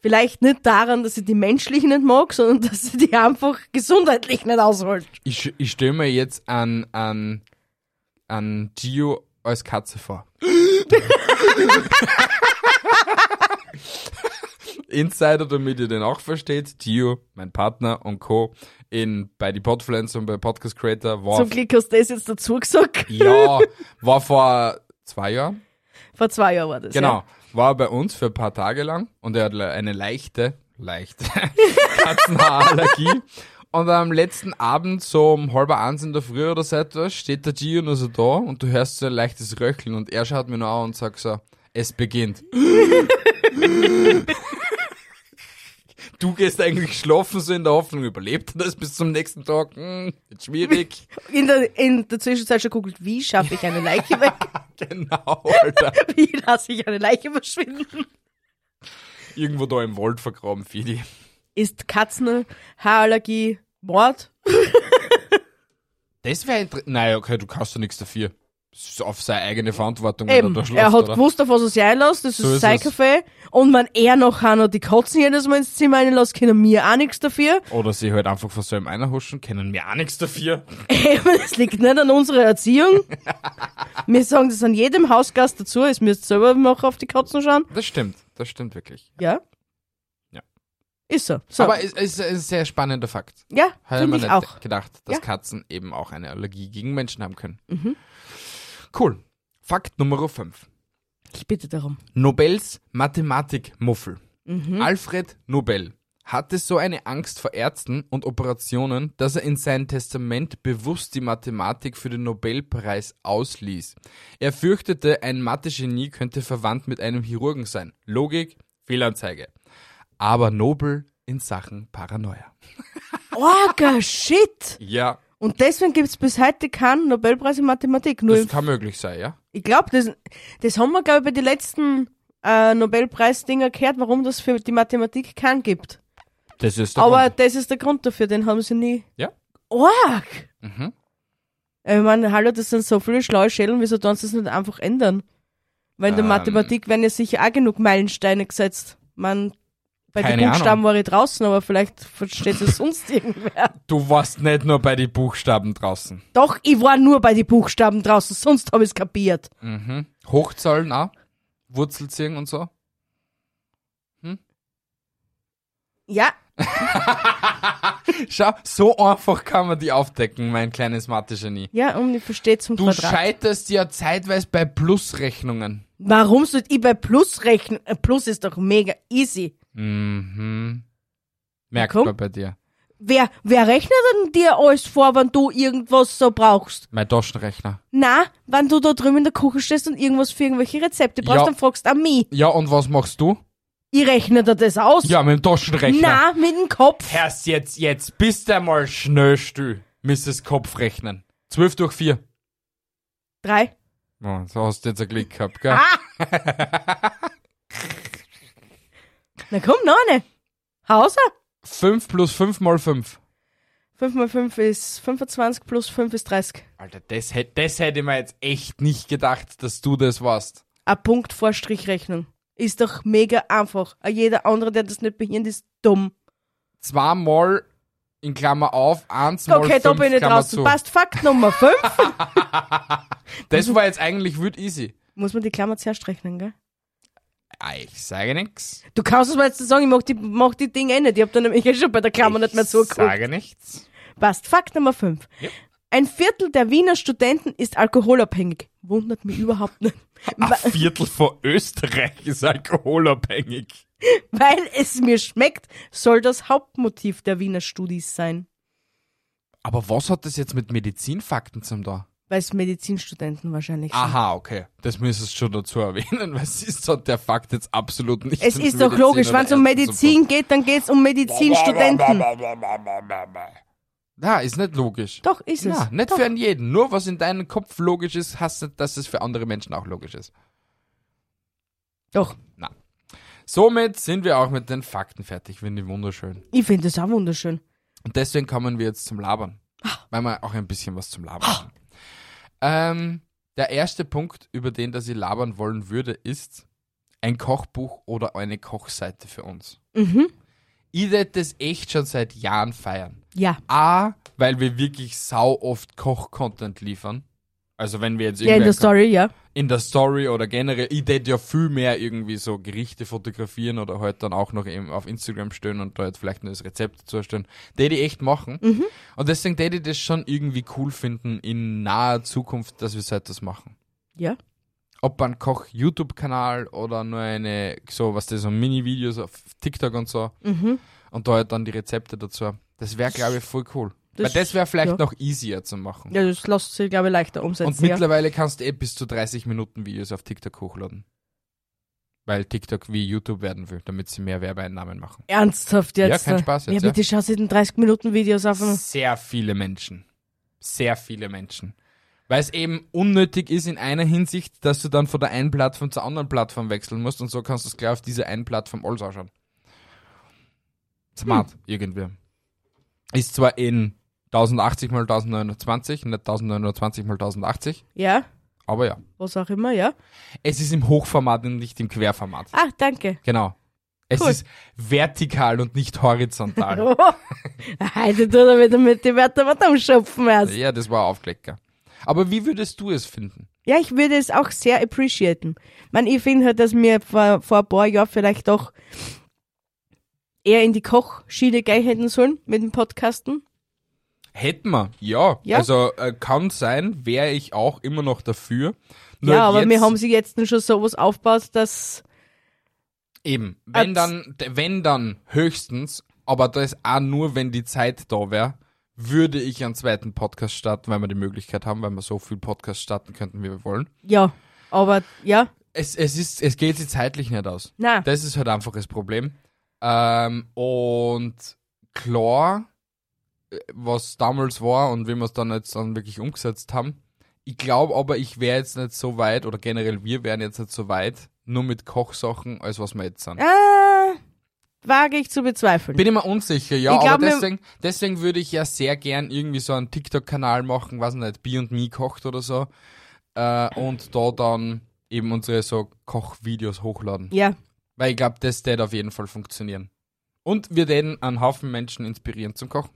vielleicht nicht daran, dass sie die menschlich nicht mag, sondern dass sie die einfach gesundheitlich nicht ausholt. Ich, ich stelle mir jetzt an, an, an Gio als Katze vor. Insider, damit ihr den auch versteht, Gio, mein Partner und Co. in bei die Podfluencer und bei Podcast Creator war Zum Glück hast du das jetzt dazu gesagt. Ja, war vor zwei Jahren. Vor zwei Jahren war das. Genau. War bei uns für ein paar Tage lang und er hat le- eine leichte, leichte Katzenhaarallergie. Und am letzten Abend, so um halber eins in der Früh oder so etwas, steht der Gio nur so da und du hörst so ein leichtes Röcheln und er schaut mir nur an und sagt so, es beginnt. Du gehst eigentlich schlafen, so in der Hoffnung, überlebt er das bis zum nächsten Tag? Hm, wird schwierig. Ja. In, der, in der Zwischenzeit schon googelt, wie schaffe ich eine Leiche weg? genau, Alter. Wie lasse ich eine Leiche verschwinden? Irgendwo da im Wald vergraben, Fidi. Ist Katzenhaarallergie Mord? Das wäre interessant. Naja, okay, du kannst ja nichts dafür. Das ist auf seine eigene Verantwortung, Eben, wenn er da schläft, er hat oder? gewusst, auf was er sich einlässt, das So ist ist sein es. Kaffee. Und wenn er noch einer die Katzen jedes Mal ins Zimmer einlässt, können wir auch nichts dafür. Oder sie halt einfach von so einem Einerhuschen, kennen wir auch nichts dafür. Eben, das liegt nicht an unserer Erziehung. Wir sagen das an jedem Hausgast dazu, es müsst selber mal auf die Katzen schauen. Das stimmt, das stimmt wirklich. Ja. Ja. Ist so. so. Aber es ist ein sehr spannender Fakt. ja, Hätte finde man ich nicht auch. gedacht, dass Ja. Katzen eben auch eine Allergie gegen Menschen haben können. Mhm. Cool. Fakt Nummer 5. Ich bitte darum. Nobels Mathematikmuffel. Mhm. Alfred Nobel hatte so eine Angst vor Ärzten und Operationen, dass er in sein Testament bewusst die Mathematik für den Nobelpreis ausließ. Er fürchtete, ein Mathe-Genie könnte verwandt mit einem Chirurgen sein. Logik, Fehlanzeige. Aber Nobel in Sachen Paranoia. Orga, shit! Ja, Und deswegen gibt's bis heute keinen Nobelpreis in Mathematik. Nur das im, kann möglich sein, ja? ich glaube, das, das haben wir, glaube ich, bei den letzten äh, Nobelpreis-Dinger gehört, warum das für die Mathematik keinen gibt. Das ist Aber das ist der Grund dafür, den haben sie nie. Ja. Org! Mhm. Ich meine, hallo, das sind so viele schlaue Schädeln, wieso tun sie das nicht einfach ändern? Weil in der Ähm. Mathematik werden ja sicher auch genug Meilensteine gesetzt. Man, bei den Keine Buchstaben war ich draußen, aber vielleicht versteht es sonst irgendwer. Du warst nicht nur bei den Buchstaben draußen. Doch, ich war nur bei den Buchstaben draußen, sonst habe ich es kapiert. Mhm. Hochzahlen auch? Wurzel ziehen und so? Ja, Schau, so einfach kann man die aufdecken, mein kleines Mathe-Genie. ja, und ich verstehe zum Du Quadrat. scheiterst ja zeitweise bei Plusrechnungen. Warum sollte ich bei Plus rechnen? Äh, Plus ist doch mega easy. Mhm. Merkt komm. man bei dir. Wer, wer rechnet denn dir alles vor, wenn du irgendwas so brauchst? Mein Taschenrechner. Na, wenn du da drüben in der Küche stehst und irgendwas für irgendwelche Rezepte brauchst, Ja. dann fragst du an mich. Ja, und was machst du? Ich rechne dir das aus. Ja, mit dem Taschenrechner. Na, mit dem Kopf. Erst jetzt, jetzt bist du mal schnell still. Mrs. Kopfrechnen. 12 durch 4. Drei. Oh, so hast du jetzt ein Glück gehabt, gell? Ah. Na komm, noch eine. Hauser. 5 plus 5 mal 5. Fünf mal fünf ist 25 plus fünf ist 30. Alter, das, hätt- das hätte ich mir jetzt echt nicht gedacht, dass du das warst. Ein Punkt vor Strichrechnung. Ist doch mega einfach. Ein Jeder andere, der das nicht behirnt, ist dumm. zweimal in Klammer auf, eins mal Okay, fünf, da bin ich Klammer draußen. zu. Passt Fakt Nummer 5. Das war jetzt eigentlich wild easy. Muss man die Klammer zuerst rechnen, gell? Ah, Ich sage nichts. Du kannst es mir jetzt nicht sagen, ich mach die, mach die Dinge eh nicht. Ich hab da nämlich eh schon bei der Klammer nicht mehr Ich zugeguckt. sage nichts. Passt Fakt Nummer 5. Ja. Ein Viertel der Wiener Studenten ist alkoholabhängig. Wundert mich überhaupt nicht. Ein Viertel von Österreich ist alkoholabhängig. Weil es mir schmeckt, soll das Hauptmotiv der Wiener Studis sein. Aber was hat das jetzt mit Medizinfakten zum da? Weil es Medizinstudenten wahrscheinlich sind. Aha, okay. Das müsstest du schon dazu erwähnen, weil es ist hat der Fakt jetzt absolut nicht. Es ist doch logisch, wenn es um Medizin geht, dann geht es um Medizinstudenten. Na, ist nicht logisch. Doch, ist es. Na, nicht für einen jeden. Nur was in deinem Kopf logisch ist, hast du, dass es für andere Menschen auch logisch ist. Doch. Na. Somit sind wir auch mit den Fakten fertig, finde ich wunderschön. Ich finde das auch wunderschön. Und deswegen kommen wir jetzt zum Labern. Ah. Weil wir auch ein bisschen was zum Labern haben. Ähm, der erste Punkt, über den das ich labern wollen würde, ist ein Kochbuch oder eine Kochseite für uns. Mhm. Ich würde das echt schon seit Jahren feiern. Ja. A, weil wir wirklich sau oft Koch-Content liefern. Also wenn wir jetzt Ja, in der irgendwer- Story, ja. in der Story oder generell, ich tät ja viel mehr irgendwie so Gerichte fotografieren oder halt dann auch noch eben auf Instagram stellen und da jetzt vielleicht nur das Rezept dazu erstellen. Tät ich echt machen. Mhm. Und deswegen tät ich das schon irgendwie cool finden in naher Zukunft, dass wir so etwas machen. Ja. Ob ein Koch-YouTube-Kanal oder nur eine, so was das, so Mini-Videos auf TikTok und so. Mhm. Und da halt dann die Rezepte dazu. Das wäre, glaube ich, voll cool. das- Weil das wäre vielleicht ja. noch easier zu machen. Ja, das lässt sich, glaube ich, leichter umsetzen. Und ja. mittlerweile kannst du eh bis zu 30 Minuten Videos auf TikTok hochladen. Weil TikTok wie YouTube werden will, damit sie mehr Werbeeinnahmen machen. Ernsthaft jetzt. Ja, kein ne? Spaß jetzt, Ja, ja. bitte schau sich den 30-Minuten-Videos auf. den- Sehr viele Menschen. Sehr viele Menschen. Weil es eben unnötig ist in einer Hinsicht, dass du dann von der einen Plattform zur anderen Plattform wechseln musst und so kannst du es gleich auf diese einen Plattform alles anschauen. Smart, irgendwie. Ist zwar in 1080 mal 1920, nicht 1920 mal 1080, Ja, aber ja. was auch immer, ja. Es ist im Hochformat und nicht im Querformat. Ah, danke. Genau. Es Cool. ist vertikal und nicht horizontal. Heute tut er wieder mit den Wörtern was am Schopfen erst. ja, das war aufgelegt. gell. Aber wie würdest du es finden? Ja, ich würde es auch sehr appreciaten. Ich meine, ich finde halt, dass wir vor, vor ein paar Jahren vielleicht doch eher in die Kochschiene gehen hätten sollen mit dem Podcasten. Hätten wir, ja. Ja. Also äh, kann sein, wäre ich auch immer noch dafür. ja, aber jetzt- wir haben sie jetzt schon sowas aufgebaut, dass Eben, wenn Abs- dann, d- wenn dann höchstens, aber das auch nur, wenn die Zeit da wäre, würde ich einen zweiten Podcast starten, weil wir die Möglichkeit haben, weil wir so viel Podcast starten könnten, wie wir wollen. ja, aber ja, Es, es, ist, es geht sich zeitlich nicht aus. na, Das ist halt einfach das Problem. Ähm, und klar, äh, was damals war und wie wir es dann jetzt dann wirklich umgesetzt haben. Ich glaube aber, ich wäre jetzt nicht so weit, oder generell wir wären jetzt nicht so weit, nur mit Kochsachen, als was wir jetzt sind. äh, wage ich zu bezweifeln. Bin ich mir unsicher, ja, Ich glaub, aber wir- deswegen, deswegen würde ich ja sehr gern irgendwie so einen TikTok-Kanal machen, was nicht, B&Me kocht oder so. Äh, und da dann eben unsere so Kochvideos hochladen. ja, Weil ich glaube, das wird auf jeden Fall funktionieren. Und wir werden einen Haufen Menschen inspirieren zum Kochen.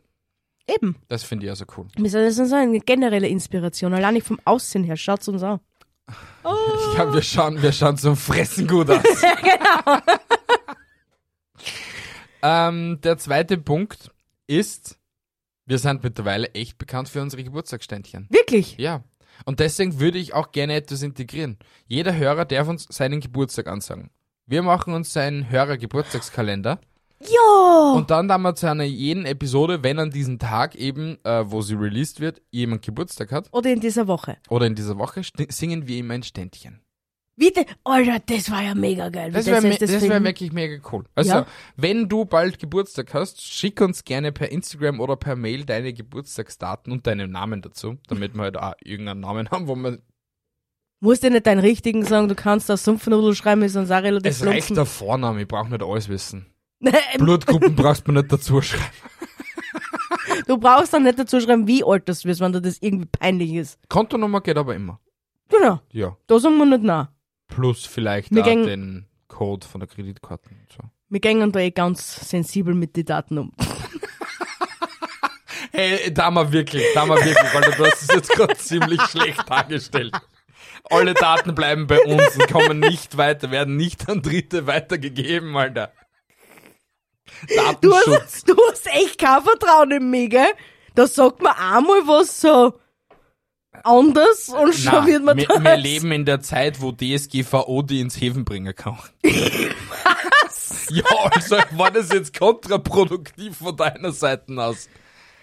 eben. Das finde ich also cool. Das ist so eine generelle Inspiration, allein nicht vom Aussehen her. Schaut uns an. Ich glaube, wir schauen, wir schauen zum Fressen gut aus. genau. ähm, der zweite Punkt ist, wir sind mittlerweile echt bekannt für unsere Geburtstagsständchen. Wirklich? Ja. Und deswegen würde ich auch gerne etwas integrieren. Jeder Hörer darf uns seinen Geburtstag ansagen. Wir machen uns seinen Hörer-Geburtstagskalender Ja! und dann haben wir zu einer jeden Episode, wenn an diesem Tag eben, äh, wo sie released wird, jemand Geburtstag hat Oder in dieser Woche. oder in dieser Woche, sti- singen wir ihm ein Ständchen. Wie de- Alter, das war ja mega geil. Das Wie wäre das me- jetzt das das wär Film- wirklich mega cool. Also, Ja. wenn du bald Geburtstag hast, schick uns gerne per Instagram oder per Mail deine Geburtstagsdaten und deinen Namen dazu, damit wir halt auch irgendeinen Namen haben, wo man. Musst dir nicht deinen richtigen sagen, du kannst das Sumpfnudel schreiben, ist ein Sarel oder Es reicht der Vorname, ich brauche nicht alles wissen. Nein, Blutgruppen brauchst du nicht dazu schreiben. du brauchst dann nicht dazu schreiben, wie alt das wirst, wenn dir das irgendwie peinlich ist. Kontonummer geht aber immer. Genau, Ja. da sagen wir nicht nein. Plus vielleicht Wir auch gehen- den Code von der Kreditkarte und so. Wir gehen da eh ganz sensibel mit den Daten um. Hey, da mal wirklich, da mal wirklich, weil du hast es jetzt gerade ziemlich schlecht dargestellt. Alle Daten bleiben bei uns und kommen nicht weiter, werden nicht an Dritte weitergegeben, Alter. Du Datenschutz. hast, du hast echt kein Vertrauen in mich, gell? Da sagt man einmal was so anders und Äh, schon Nein, wird man wir, das. wir leben in der Zeit, wo DSGVO die ins Hefen bringen kann. Was? Ja, also war das jetzt kontraproduktiv von deiner Seite aus.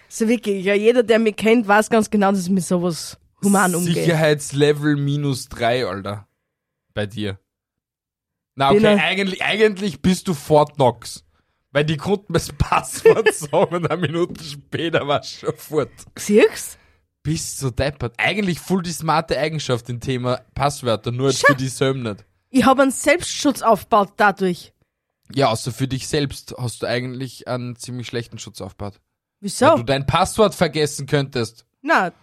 So wirklich, ja, jeder, der mich kennt, weiß ganz genau, dass ich mit sowas human umgehe. Sicherheitslevel minus drei, Alter. Bei dir. Na, Bin okay, er- eigentlich, eigentlich bist du Fort Knox. Weil die Kunden das Passwort sagen und eine Minute später warst du schon fort. Siehst? Bist so deppert. Eigentlich voll die smarte Eigenschaft im Thema Passwörter, nur jetzt für die Söm nicht. Ich habe einen Selbstschutz aufgebaut dadurch. Ja, außer für dich selbst hast du eigentlich einen ziemlich schlechten Schutz aufgebaut. Weil Wieso? du dein Passwort vergessen könntest. Na,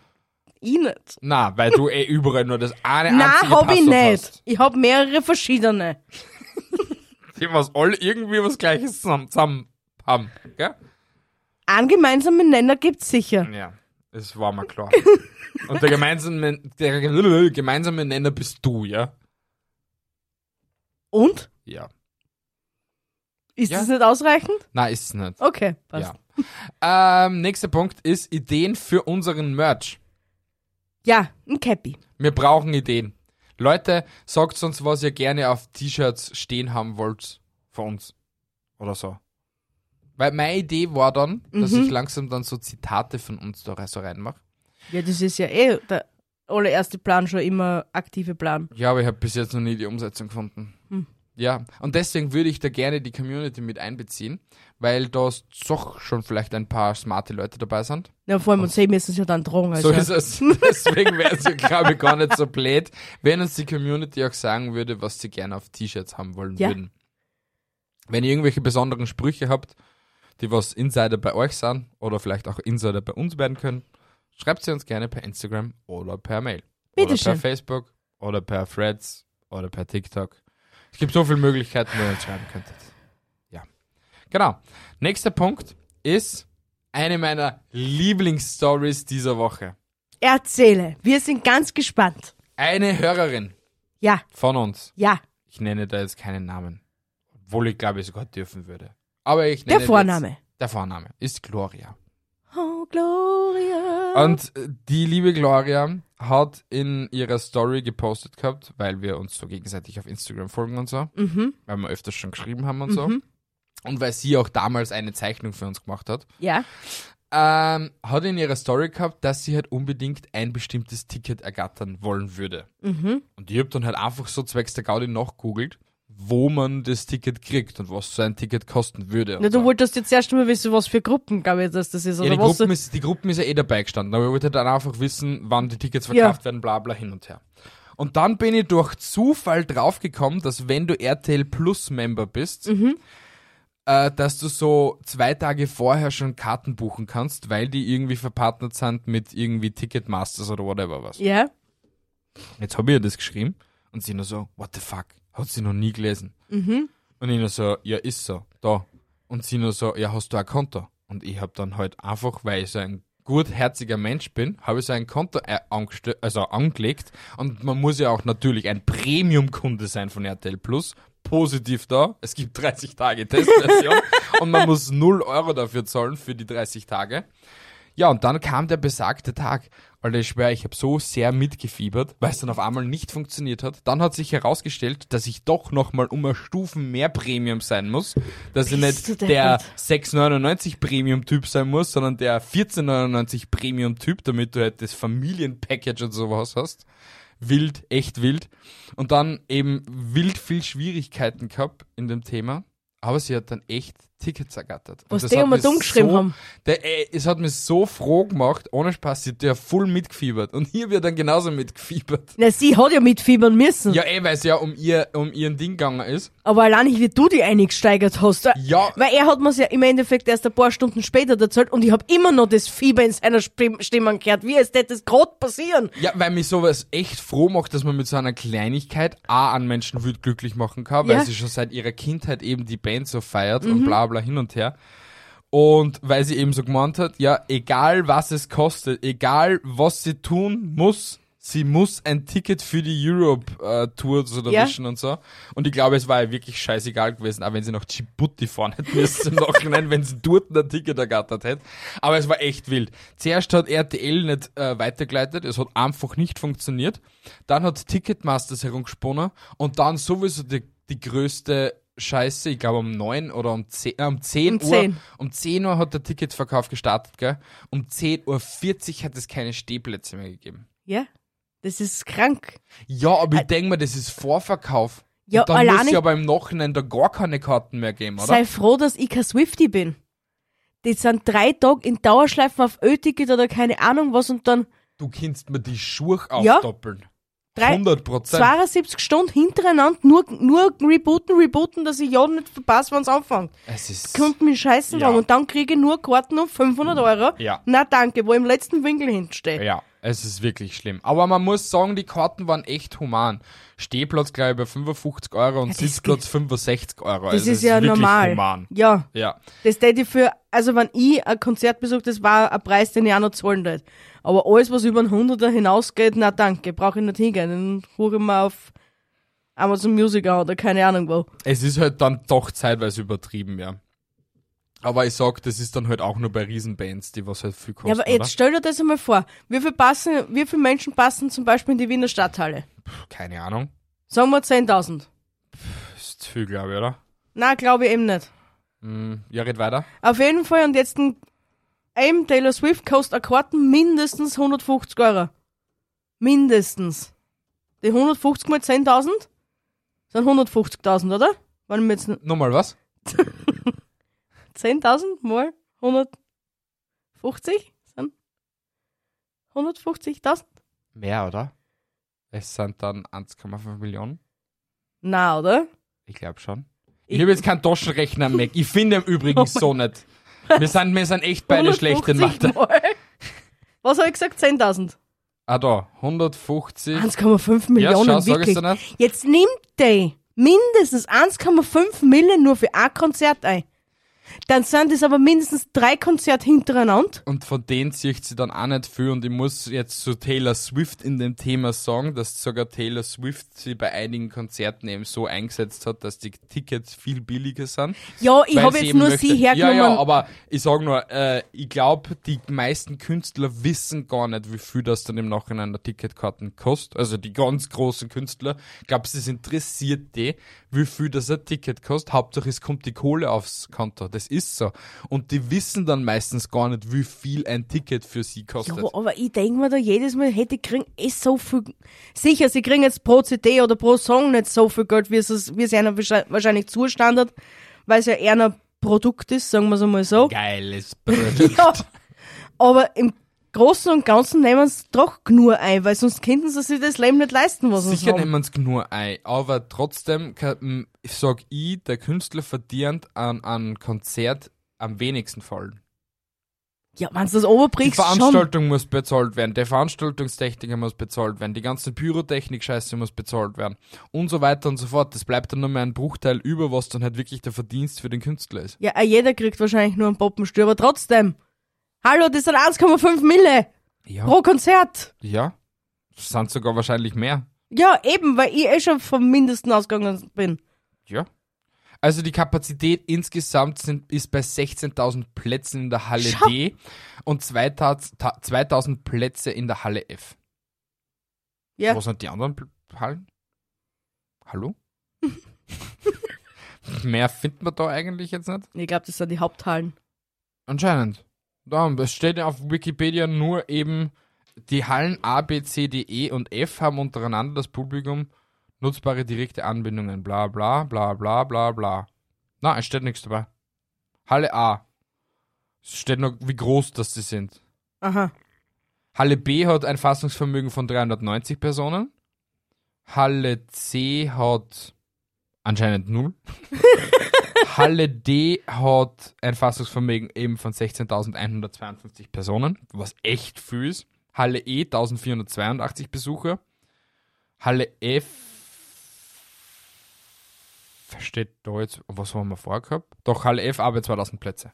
ich nicht. Na, weil du eh überall nur das eine Nein, einzige hab Passwort ich nicht. hast. Ich hab mehrere verschiedene. die was alle irgendwie was Gleiches zusammen, zusammen haben, gell? Einen gemeinsamen Nenner gibt's sicher. Ja, das war mir klar. Und der gemeinsame, der gemeinsame Nenner bist du, ja? Und? Ja. Ist Ja. das nicht ausreichend? Nein, ist es nicht. Okay, passt. Ja. Ähm, nächster Punkt ist Ideen für unseren Merch. Ja, ein Cappy. Wir brauchen Ideen. Leute, sagt uns, was ihr gerne auf T-Shirts stehen haben wollt von uns. Oder so. Weil meine Idee war dann, dass ich langsam dann so Zitate von uns da so reinmache. Ja, das ist ja eh der allererste Plan schon immer aktive Plan. Ja, aber ich habe bis jetzt noch nie die Umsetzung gefunden. Hm. Ja, und deswegen würde ich da gerne die Community mit einbeziehen, weil da s- doch schon vielleicht ein paar smarte Leute dabei sind. Ja, vor allem uns sehen müssen es ja dann drogen. Also. So ist es. Deswegen wäre es ja, glaube ich, gar nicht so blöd, wenn uns die Community auch sagen würde, was sie gerne auf T-Shirts haben wollen Ja. würden. Wenn ihr irgendwelche besonderen Sprüche habt, die was Insider bei euch sind oder vielleicht auch Insider bei uns werden können, schreibt sie uns gerne per Instagram oder per Mail. oder Bitteschön. per Facebook oder per Threads oder per TikTok. Es gibt so viele Möglichkeiten, wo ihr uns schreiben könntet. Ja. Genau. Nächster Punkt ist eine meiner Lieblingsstories dieser Woche. Erzähle. Wir sind ganz gespannt. Eine Hörerin Ja, von uns, ja. ich nenne da jetzt keinen Namen, obwohl ich glaube, ich sogar dürfen würde. Aber ich nenne Der Vorname. Jetzt, der Vorname ist Gloria. Oh, Gloria. Und die liebe Gloria hat in ihrer Story gepostet gehabt, weil wir uns so gegenseitig auf Instagram folgen und so, mhm, weil wir öfters schon geschrieben haben und so. mhm. Und weil sie auch damals eine Zeichnung für uns gemacht hat, Ja. ähm, hat in ihrer Story gehabt, dass sie halt unbedingt ein bestimmtes Ticket ergattern wollen würde. Mhm. Und ich hab dann halt einfach so zwecks der Gaudi nachgoogelt, wo man das Ticket kriegt und was so ein Ticket kosten würde. Na, und so. du wolltest jetzt erst mal wissen, was für Gruppen, glaube ich, dass das ist. Oder Ja, die was Gruppen, ist, die Gruppen ist ja eh dabei gestanden, aber ich wollte dann einfach wissen, wann die Tickets verkauft werden, bla bla hin und her. Und dann bin ich durch Zufall draufgekommen, dass wenn du RTL Plus Member bist, äh, dass du so zwei Tage vorher schon Karten buchen kannst, weil die irgendwie verpartnert sind mit irgendwie Ticketmasters oder whatever was. Ja. Jetzt habe ich ihr das geschrieben und sie nur so, what the fuck, hat sie noch nie gelesen. Und ich nur so, ja, ist so, da. Und sie nur so, ja, hast du ein Konto? Und ich habe dann halt einfach, weil ich so ein gutherziger Mensch bin, habe ich so ein Konto äh, angestell- also angelegt und man muss ja auch natürlich ein Premium-Kunde sein von RTL Plus. Positiv da, es gibt 30 Tage Testversion und man muss 0 Euro dafür zahlen für die 30 Tage. Ja, und dann kam der besagte Tag. Alter, ich schwöre, ich habe so sehr mitgefiebert, weil es dann auf einmal nicht funktioniert hat. Dann hat sich herausgestellt, dass ich doch nochmal um ein Stufen mehr Premium sein muss. Dass ich nicht du der deppert. 6,99 Premium-Typ sein muss, sondern der 14,99 Premium-Typ, damit du halt das Familienpackage und sowas hast. Wild, echt wild. Und dann eben wild viel Schwierigkeiten gehabt in dem Thema. Aber sie hat dann echt Tickets ergattert. Und Was das die hat immer mich dumm geschrieben so, haben. Der, ey, es hat mich so froh gemacht, ohne Spaß, sie hat ja voll mitgefiebert. Und hier wird dann genauso mitgefiebert. Na, sie hat ja mitfiebern müssen. Ja, eh, weil es ja um ihr, um ihren Ding gegangen ist. Aber allein nicht, wie du die eingesteigert hast. Ja. Weil er hat mir's ja im Endeffekt erst ein paar Stunden später erzählt und ich habe immer noch das Fieber in seiner Sp- Stimme gehört. Wie es hätte das gerade passieren? Ja, weil mich sowas echt froh macht, dass man mit so einer Kleinigkeit A an Menschen wild glücklich machen kann, weil Ja. Mhm. sie schon seit ihrer Kindheit eben die Band so feiert und bla bla hin und her. Und weil sie eben so gemeint hat, ja, egal was es kostet, egal was sie tun muss, sie muss ein Ticket für die Europe-Tour zu erwischen und so. Und ich glaube, es war ihr wirklich scheißegal gewesen, auch wenn sie nach Djibouti fahren hätte müssen im Nachhinein, wenn sie dort ein Ticket ergattert hätte. Aber es war echt wild. Zuerst hat RTL nicht äh, weitergeleitet, es hat einfach nicht funktioniert. Dann hat Ticketmasters herumgesponnen und dann sowieso die, die größte Scheiße, ich glaube um 9 oder um 10, äh, um 10 Um Uhr. 10. Um 10 Uhr hat der Ticketverkauf gestartet, gell? Um 10.40 Uhr hat es keine Stehplätze mehr gegeben. Ja. Das ist krank. Ja, aber ich denke mir, das ist Vorverkauf. Äh, Ja, Und dann allein muss ich- ja aber im Nachhinein da gar keine Karten mehr geben, oder? Sei froh, dass ich kein Swifty bin. Die sind drei Tage in Dauerschleifen auf Ö-Ticket oder keine Ahnung was und dann Du kannst mir die Schuhe Ja. aufdoppeln. drei, 100 Prozent. 72 Stunden hintereinander nur, nur rebooten, rebooten, dass ich ja nicht verpasse, wann's anfängt. Es ist. kommt mir scheißen Ja. dran und dann kriege ich nur Karten um 500 Euro. Ja. Na danke, wo im letzten Winkel hinsteht. Ja, es ist wirklich schlimm. Aber man muss sagen, die Karten waren echt human. Stehplatz, glaube ich, bei 55 Euro und das Sitzplatz 65 Euro. Das also ist es ja wirklich normal. Human. Ja, Ja. das täte ich für, also wenn ich ein Konzert besuche, das war ein Preis, den ich auch noch zahlen tät. Aber alles, was über einen Hunderter hinausgeht, na danke, brauche ich nicht hingehen. Dann hole ich mir auf Amazon Music an oder keine Ahnung wo. Es ist halt dann doch zeitweise übertrieben, ja. Aber ich sag, das ist dann halt auch nur bei Riesenbands, die was halt viel kosten. Ja, aber jetzt stell dir das einmal vor. Wie viel passen, wie viele Menschen passen zum Beispiel in die Wiener Stadthalle? oder? Keine Ahnung. Sagen wir 10.000. Ist zu viel, glaube ich, oder? Na, glaube ich eben nicht. Hm, ja, red weiter. Auf jeden Fall, und jetzt ein eben Taylor Swift kostet eine Karte mindestens 150 Euro. Mindestens. Die 150 mal 10.000 sind 150.000, oder? Wenn ich mir jetzt n- Nochmal was? 10.000 mal 150 sind 150.000? Mehr, oder? Es sind dann 1,5 Millionen. Na, oder? Ich glaube schon. Ich, Ich- Oh habe jetzt keinen Taschenrechner mehr. Ich finde im Übrigen so nicht. Wir sind, wir sind echt beide schlecht in Mathe. 150 mal. Was habe ich gesagt? 10.000. Ah da, Mhm. 150. 1,5 ja, Millionen, schau, sag ich's wirklich. dir nicht. Jetzt nimmt der mindestens 1,5 Millionen nur für ein Konzert ein. Dann sind es aber mindestens drei Konzerte hintereinander. Und von denen zieht sie dann auch nicht viel. Und ich muss jetzt zu Taylor Swift in dem Thema sagen, dass sogar Taylor Swift sie bei einigen Konzerten eben so eingesetzt hat, dass die Tickets viel billiger sind. Ja, ich weil habe jetzt eben nur möchte- sie hergenommen. Ja, ja, aber ich sag nur, äh, ich glaube, die meisten Künstler wissen gar nicht, wie viel das dann im Nachhinein der Ticketkarten kostet. Also die ganz großen Künstler, ich glaube, es interessiert die, wie viel das ein Ticket kostet. Hauptsache, es kommt die Kohle aufs Konto. Das ist so. Und die wissen dann meistens gar nicht, wie viel ein Ticket für sie kostet. Ja, aber ich denke mir da jedes Mal, hätte kriegen eh so viel. Sicher, sie kriegen jetzt pro CD oder pro Song nicht so viel Geld, wie es, es- wie es einer wahrscheinlich- wahrscheinlich zustandet, weil es ja eher ein Produkt ist, sagen wir es einmal so. Geiles Produkt. Ja. Aber im Großen und Ganzen nehmen sie doch nur ein, weil sonst könnten sie sich das Leben nicht leisten, was sie Sicher haben. nehmen sie nur ein, aber trotzdem kann- m, ich sag ich, der Künstler verdient an einem Konzert am wenigsten fallen. Ja, wenn du das Die oberbrichst, schon. Veranstaltung muss bezahlt werden, der Veranstaltungstechniker muss bezahlt werden, die ganze Pyrotechnik-Scheiße muss bezahlt werden und so weiter und so fort. Das bleibt dann nur mehr ein Bruchteil über, was dann halt wirklich der Verdienst für den Künstler ist. Ja, auch jeder kriegt wahrscheinlich nur einen Poppenstür, aber trotzdem. Hallo, das sind 1,5 Mille Ja. pro Konzert. Oh. Ja. Das sind sogar wahrscheinlich mehr. Ja, eben, weil ich eh schon vom Mindesten ausgegangen bin. Ja. Also die Kapazität insgesamt sind, ist bei 16.000 Plätzen in der Halle Schau. D und 2000, ta- 2.000 Plätze in der Halle F. Ja. Wo sind die anderen Pl- Hallen? Hallo? Mehr findet man da eigentlich jetzt nicht? Ich glaube, das sind die Haupthallen. Anscheinend. Da, es steht ja auf Wikipedia nur eben, die Hallen A, B, C, D, E und F haben untereinander das Publikum nutzbare direkte Anbindungen. Bla, bla, bla, bla, bla, bla. Na, es steht nichts dabei. Halle A. Es steht nur, wie groß das die sind. Aha. Halle B hat ein Fassungsvermögen von 390 Personen. Halle C hat anscheinend null. Halle D hat ein Fassungsvermögen eben von 16.152 Personen, was echt viel ist. Halle E 1482 Besucher. Halle F versteht da jetzt, was haben wir vorher gehabt? Doch, Halle F aber 2000 Plätze.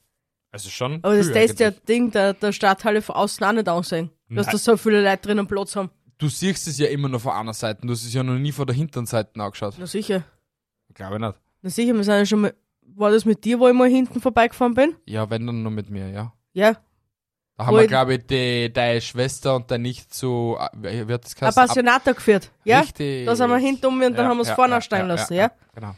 Also schon. Aber das viel ist ja eigentlich. Ding, der, der Stadthalle von außen auch nicht aussehen. Dass Nein. da so viele Leute drinnen Platz haben. du siehst es ja immer nur von einer Seite, du hast es ja noch nie von der hinteren Seite angeschaut. Na sicher. Glaube ich nicht. Na sicher, wir sind ja schon mal. War das mit dir, wo ich mal hinten vorbeigefahren bin? Ja, wenn dann nur mit mir, ja. Ja. Da haben Wo wir, ich- glaube ich, die, deine Schwester und dein Nicht zu, wie wie hat das Ein geheißen? Passionata geführt. Ja? Richtig. Da sind wir hinten um und dann haben wir es vorne stehen lassen, ja? Genau.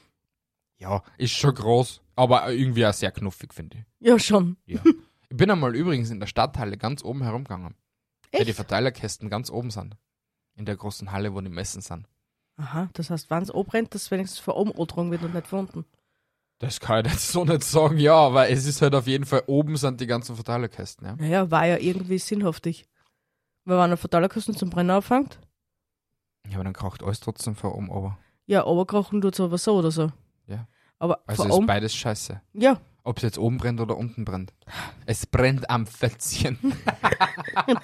Ja, ist schon groß, aber irgendwie auch sehr knuffig, finde Ja, schon. ich. Ja. ich bin einmal übrigens in der Stadthalle ganz oben herumgegangen. Weil die Verteilerkästen ganz oben sind. In der großen Halle, wo die Messen sind. Aha, das heißt, wenn es abbrennt, dass wenigstens von oben angetragen wird und nicht von unten. Das kann ich jetzt so nicht sagen, ja, aber es ist halt auf jeden Fall, oben sind die ganzen Verteilerkästen, ja. Naja, war ja irgendwie sinnhaftig. Weil wenn ein Verteilerkasten zum Brennen anfängt, Ja, aber dann kocht alles trotzdem von oben aber. ja, runterkrochen tut's aber so oder so. Ja. Aber Also von ist oben, beides scheiße. ja, Ob es jetzt oben brennt oder unten brennt. Es brennt am Fätzchen.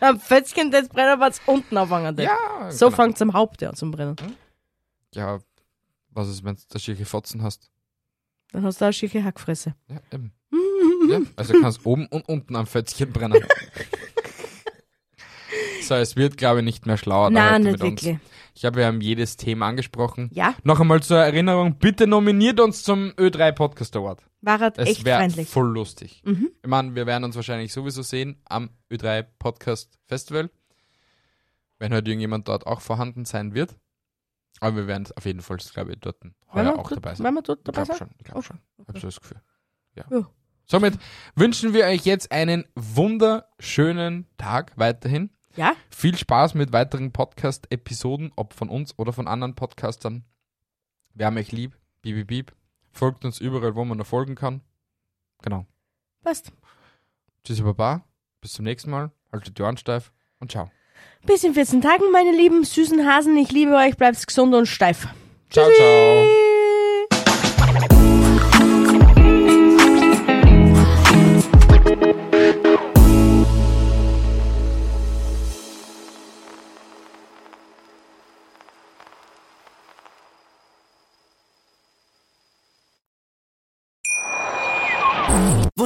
Am Fetzchen des Brennerbads unten anfangen. Ja, genau. so fängt's am Haupt an zum Brennen. Hm? Ja, was ist, wenn du da schicke Fotzen hast? Dann hast du auch eine schicke Hackfresse. Ja, eben. ja, also kannst oben und unten am Fätzchen brennen. so, es wird, glaube ich, nicht mehr schlauer. da heute Nein, nicht mit uns. wirklich. Ich habe ja jedes Thema angesprochen. Ja, Noch einmal zur Erinnerung, bitte nominiert uns zum Ö3 Podcast Award. war halt Es echt wäre freundlich. voll lustig. Mhm. Ich meine, wir werden uns wahrscheinlich sowieso sehen am Ö3 Podcast Festival. Wenn halt irgendjemand dort auch vorhanden sein wird. Aber wir werden auf jeden Fall, glaube ich, dort heuer auch dabei sein. Wenn wir dort Ich dabei glaube sein? schon. Ich glaube Okay. schon. Ich habe so das Gefühl. Ja. Ja. Somit wünschen wir euch jetzt einen wunderschönen Tag weiterhin. Ja, Viel Spaß mit weiteren Podcast-Episoden, ob von uns oder von anderen Podcastern. Wir haben euch lieb. Bibi, bieb. Folgt uns überall, wo man noch folgen kann. Genau. passt. Tschüssi Baba, bis zum nächsten Mal, haltet die Ohren steif und ciao. Bis in 14 Tagen, meine lieben süßen Hasen. Ich liebe euch, bleibt gesund und steif. Ciao, ciao.